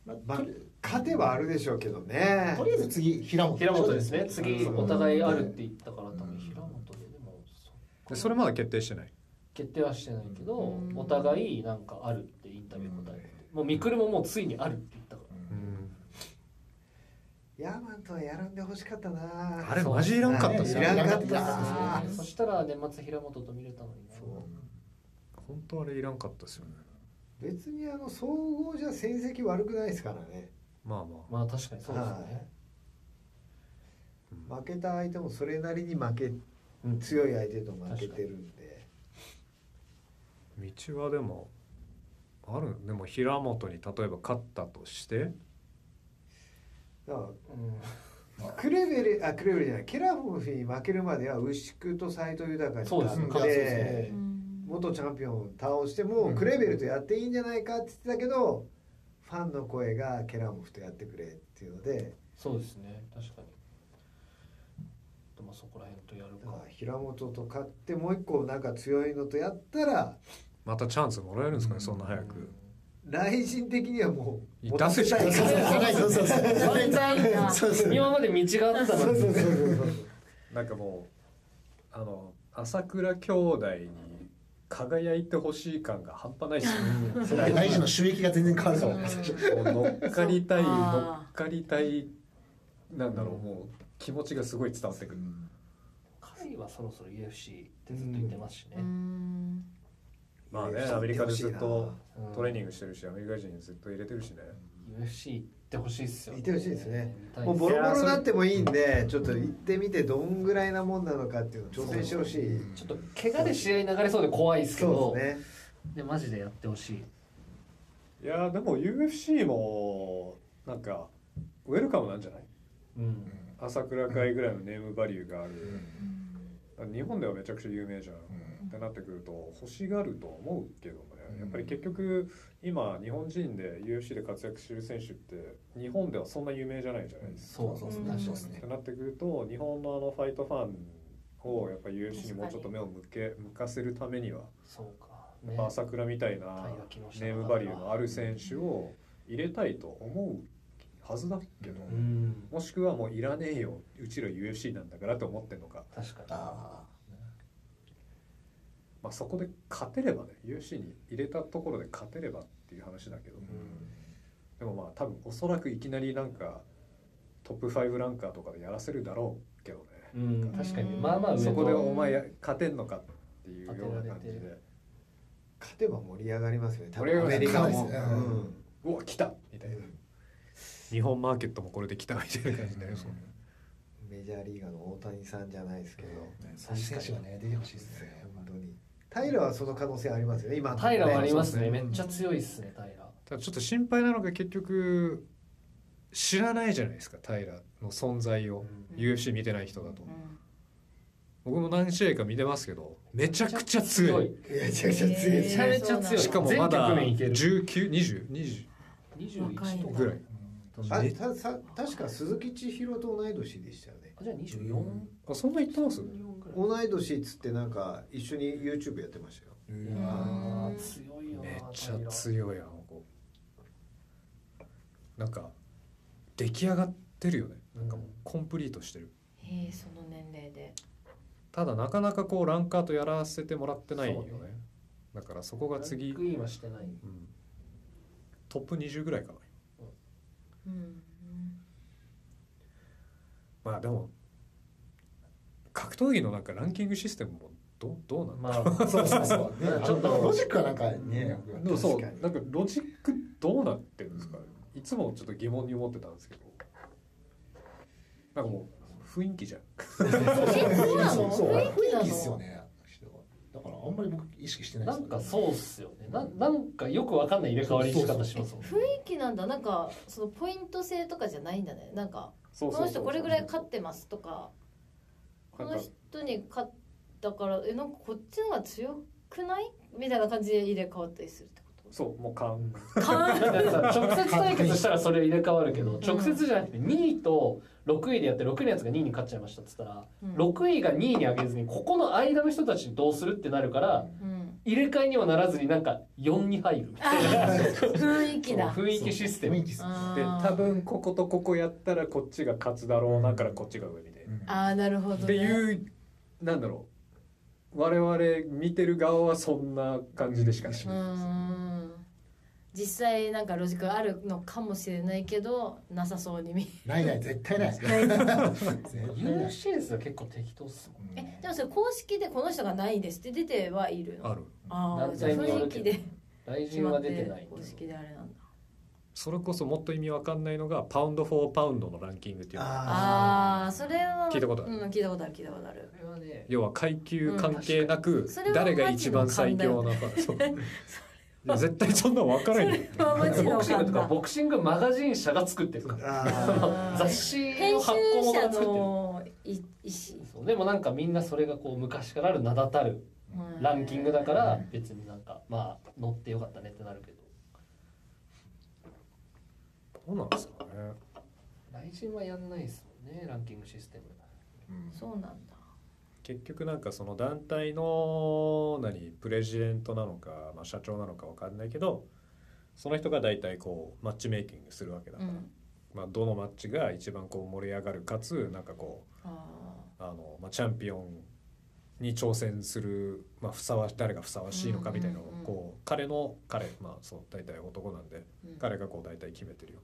B: まあ勝てばあるでしょうけどね
C: とりあえず次平本
E: 平本ですね次
B: うん
E: お互いあるって言ったから多分平本ででもそう
A: でそれまだ決定してない
E: 決定はしてないけど、
D: うん
E: お互いなんかあるってインタビュー答えてて、もうミクルももうついにあるって言ったから
B: ヤーマンとはやらんでほしかったな
A: あれマジいらんかったですよ
B: いらんかっ
C: いら
B: た
C: んか
B: な
C: っ
E: そしたら年末平本と見れたのにな
A: 本当あれいらんかったですよね
B: 別にあの総合じゃ成績悪くないですからね
A: まあま
E: まあ確かにそうですね、
B: 負けた相手もそれなりに負け
E: うん
B: 強い相手と負けてるんで
A: あ道はでもあるでも平本に例えば勝ったとして
B: だか
E: うん
B: らクレベルあクレベルじゃないケラフォフに負けるまでは牛久と斎藤豊に
E: そうですね
B: 勝っ
E: そうです
B: て
E: ね
B: 元チャンピオンを倒してもうクレベルとやっていいんじゃないかって言ってたけどファンの声がケラモフとやってくれっていうので
E: そうですね確かにでもそこら辺とやる
B: だか
E: から
B: 平本と勝ってもう一個なんか強いのとやったら
A: またチャンスもらえるんですかねそんな早
E: うん
A: く
B: 内心的にはもう
A: 出せしか
B: 持たせたいから
C: そうそうそう
D: 万歳な
C: そうそう
E: 今まで道があったの
B: そう
E: に
B: そうそうそうそう
A: なんかもうあの朝倉兄弟に輝いてほしい感が半端ないですよね
C: 大事の収益が全然変わるからね
A: 乗っかりたい
D: そっか
A: 乗っかりたいなんだろうもう気持ちがすごい伝わってくる
E: 彼はそろそろ UFC ってずっと言ってますしね、
D: うん
A: まあねアメリカでずっとトレーニングしてるしアメリカ人ずっと入れてるしね
E: い UFC 行ってほしいですよ、
B: 行ってほしいですね
E: 見たい
B: もう
E: です
B: ボロボロになってもいいんでちょっと行ってみてどんぐらいなもんなのかっていうのを挑戦してほしい
E: ちょっと怪我で試合流れそうで怖いですけ
B: そ
E: ど
B: うですね
E: でマジでやってほしい
A: いやーでも UFC もなんかウェルカムなんじゃない
E: うん
A: 朝倉海ぐらいのネームバリューがある、日本ではめちゃくちゃ有名じゃん、ってなってくると欲しがると思うけどね、
C: うん
A: やっぱり結局今日本人で UFC で活躍してる選手って日本ではそんな有名じゃないじゃないですか、
E: そ
C: そ
E: うそうう
C: で
E: ですす
C: ね確かに
E: ね
C: ね
A: ってなってくると日本のあのファイトファンをやっぱ UFC にもうちょっと目を向け向かせるためには、
E: そうか、
A: やっ
E: ね
A: ぱ朝倉みたいな
E: タイが木下だから
A: ネームバリューのある選手を入れたいと思うはずだけど、
E: うん
A: もしくはもういらねえようちら UFC なんだからと思ってんのか、
E: 確かに
C: あ
A: まあ、そこで勝てればね UFC に入れたところで勝てればっていう話だけど、でもまあ多分おそらくいきなりなんかトップ5ランカーとかでやらせるだろうけどね、
E: うん確かにまあまあ上と
A: そこでお前や勝てんのかっていうような感じ
E: 当てら
A: で
B: 勝てば盛り上がりますよね多
A: 盛り上
B: 分ア
A: が
B: メ
A: り
B: リ
A: ま
B: カ
C: す
B: も、
C: ね
B: うん
A: うわ来たみたいな日本マーケットもこれで来たみたいな感じになりそう
B: メジャーリーガーの大谷さんじゃないですけど、
C: あ、ね、そういう選手がね出てほしいですね
B: 本当に平はその可能性ありますよね今のところね
E: 平はありますね
C: そうですね
E: めっちゃ強いですね平
A: ただちょっと心配なのが結局知らないじゃないですか平の存在を、UFC 見てない人だと僕も何試合か見てますけどめちゃくちゃ強い
B: いやめちゃくちゃ強い
E: めちゃめちゃ強い
A: しかもまだ
E: 全局面いける
A: 192020
E: 21とか
A: ぐらい
B: あたさ確か鈴木千尋と同い年でしたよね
E: あじゃあ24
A: あそんな言ってます
E: ぐら
B: 同
E: い
B: い年っつってなんか一緒に YouTube やってましたよ
E: いやー強いよな
A: めっちゃ強いやんこうなんか出来上がってるよねなんかもうコンプリートしてる
D: へえその年齢で
A: ただなかなかこうランカーとやらせてもらってないよね
E: そうね
A: だからそこが次、
E: ラン
A: う
E: クインはしてない
A: ん、トップ20ぐらいかな
D: うん
A: まあでも格闘技のなんかランキングシステムもどどうなの、
E: まあ
C: そうそうそう、ね、
E: ち
C: ちょ
E: ょっ
C: っ
E: と
C: と
D: <laughs>
C: ロジックはなんかね、
A: でもそう
B: 確かに
A: なんかロジックどうなってるんですか、いつもちょっと疑問に思ってたんですけどなんかもう雰囲気じゃん
D: そうなの
C: そう
D: 雰囲気なの
C: 雰囲気ですよねだからあんまり僕意識してない
E: な
C: で
E: ん
C: す
E: かそうっすよねななんかよくわかんない入れ替わりの仕方しますもんね
D: 雰囲気なんだなんかそのポイント制とかじゃないんだねなんか
A: そ
D: この人これぐらい勝
A: 勝
D: ってますとかこ
A: なん
D: の
A: か
D: 人に勝ったからえなんかこっちの方が強くないみたいな感じで入れ替わったりするってこ
A: そうもう勘、
D: とか
E: だからさ直接対決したらそれ入れ替わるけど
D: ん
E: 直接じゃなくて2位と6位でやって6位のやつが2位に勝っちゃいましたっつったら
D: うん
E: 6位が2位に上げずにここの間の人たちにどうするってなるから
D: うん
E: 入れ替えにはならずになんか4に入るみたい
D: <laughs>
E: な
D: 雰囲気だ
E: 雰囲気システ
C: 雰囲
E: ム
C: 気ですね
D: あ
A: で
D: ー
A: 多分こことここやったらこっちが勝つだろうなからこっちが上みたいな、
D: ああなるほど、ね、
A: っていうなんだろう我々見てる側はそんな感じでしかない、
D: うーん実際なんかロジックがあるのかもしれないけどなさそうに見
C: ないない絶対ない絶対ない
E: UFC ですよ結構適当っすもん
D: えでもそれ公式でこの人がないですって出てはいるの
A: ある
D: ああ
E: 団
D: じゃあ
E: 体によ
D: 雰
E: る
D: 囲
E: け
D: 気
E: ど
D: で
E: 雷
D: 決
E: 神
D: ま
E: は
D: っ
E: 出て
D: て
E: ない
D: 公式
E: けど
D: であれなんだ
A: それこそもっと意味わかんないのがパウンド・フォー・パウンドのランキングっていうのが
D: ああーそれは
A: 聞いたことある
D: うん、聞いたことある聞いたことある
E: これはね
A: 要は階級関係なく
D: それは
A: 誰が一番最強なのか、
D: <laughs>
A: そういや絶対そんなの分からへんよ
D: それはマジの
E: ボクシングと
A: <laughs>
E: か
D: 判断
E: ボクシングマガジン社が作ってるから
B: あ
D: あー
E: 雑誌
D: 編
E: の
D: 集
E: 発行元
D: 者
E: が作ってる
D: のい意
A: <laughs>
D: 思
E: そうでもなんかみんなそれがこう昔からある名だたる
D: うん
E: ランキングだから別になんかまあ乗ってよかったねってなるけど
A: どうなんですかね
E: 来人はやんないですもんねランキングシステム
D: そうなんだ
A: 結局なんかその団体の何プレジデントなのか、まあ、社長なのか分かんないけどその人が大体こうマッチメイキングするわけだ
D: う
A: から、
D: ん
A: まあ、どのマッチが一番こう盛り上がるかつなんかこう
D: あ
A: あの、まあ、チャンピオンに挑戦する、まあ、ふさわし誰がふさわしいのかみたいなのを
D: うんうんうん
A: こう彼の彼まあそう大体男なんで
D: ーうん
A: 彼がこう大体決めてるよ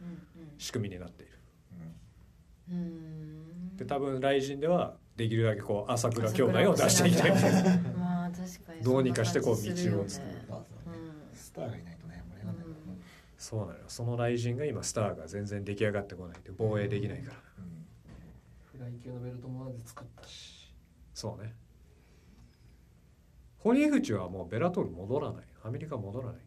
A: うな
D: うん
A: 仕組みになっている。
D: うんうーん
A: で多分雷神ではできるだけこう朝倉兄弟を出していきたいみたいな。
D: <laughs> まあ確かに
A: どうにかしてこう
D: そんな感じするよね
A: 道を
C: スターがいないとね盛り上がらない
A: そうなのよその雷神が今スターが全然出来上がってこないで防衛できないから、
E: フライ級のベルトもまで作ったし
A: そうね堀江口はもうベラトル戻らないアメリカ戻らない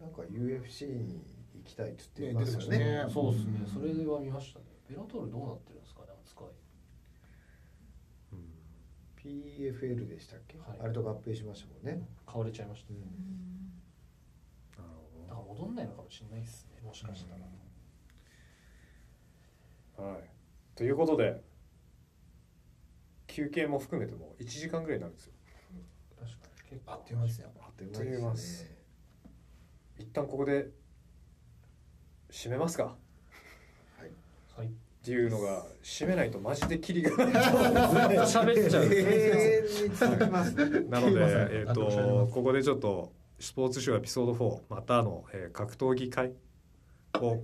B: なんか UFC に行きたいっつって言い
C: ね
B: ますよね。
C: 出てましたね
E: そうですね
C: うん
E: それは見ましたねベラトルどうなってるんですかね扱い
B: PFL でしたっけ、
E: はい
B: あれと合併しましたもんね。
E: 買われちゃいましたね
A: なる
E: だから戻んないのかもしれないですねもしかしたら、
A: ほど、はい、ということで休憩も含めてもう1時間ぐらいになるんですよ
E: 確かに結構
B: あっという間ですね。
A: あっという間ですね。一旦ここで締めますか
E: はい
A: っていうのが締めないとマジでキリがないと
E: ずっと <laughs> 喋っちゃう
B: 永遠に続きますね。
A: なので、
C: すいません
A: えっ、
E: なんでも喋りま
A: と、ここでちょっと、スポーツショーエピソード4、またの、えー格闘技会を、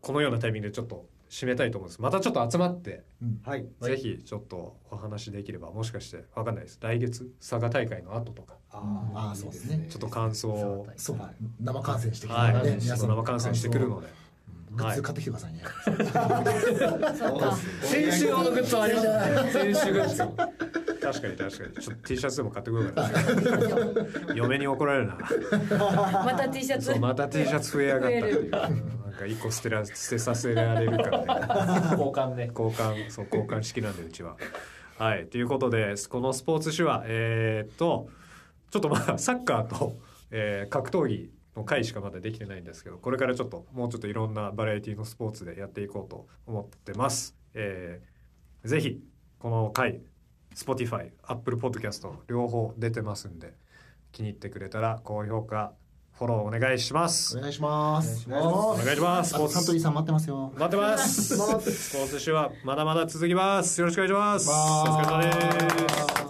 A: このようなタイミングでちょっと締めたいと思うんです。またちょっと集まって、
B: はい。
A: ぜひちょっとお話できれば、もしかして、わかんないです。来月、佐賀大会の後とか、
C: ああそうですね
A: ちょっと感想を、
C: そう生観戦してきて
A: は
C: ね
A: い、ちょ
C: 皆
A: っ
C: さ
A: と
C: ん
A: 生観戦してくるので。
C: うんグッズ買ってきてくださいね、
B: そうですね
E: 先週用のグッズはありましたね先週グッズ
A: 確かに確かに。ちょっと T シャツでも買ってこようかな。嫁に怒られるな。
D: また T シャツ
A: そうまた T シャツ増えやがったっていう。なんか一個捨てら、捨てさせられるからね。
E: 交換で
A: 交換そう交換式なんでうちは。はいということでこのスポーツ手話えーっとちょっとまあサッカーと、えー格闘技の回しかまだできてないんですけどこれからちょっともうちょっといろんなバラエティのスポーツでやっていこうと思ってます。えーぜひこの回 Spotify、Apple Podcast 両方出てますんで気に入ってくれたら高評価フォローお願いします
C: お。願いします
B: お願いします
A: お願いします。
C: あとサントリーさん待ってますよ
A: 待ってます。スポーツ手話まだまだ続きます。よろしくお願いします。お
C: お
A: 疲れ様です。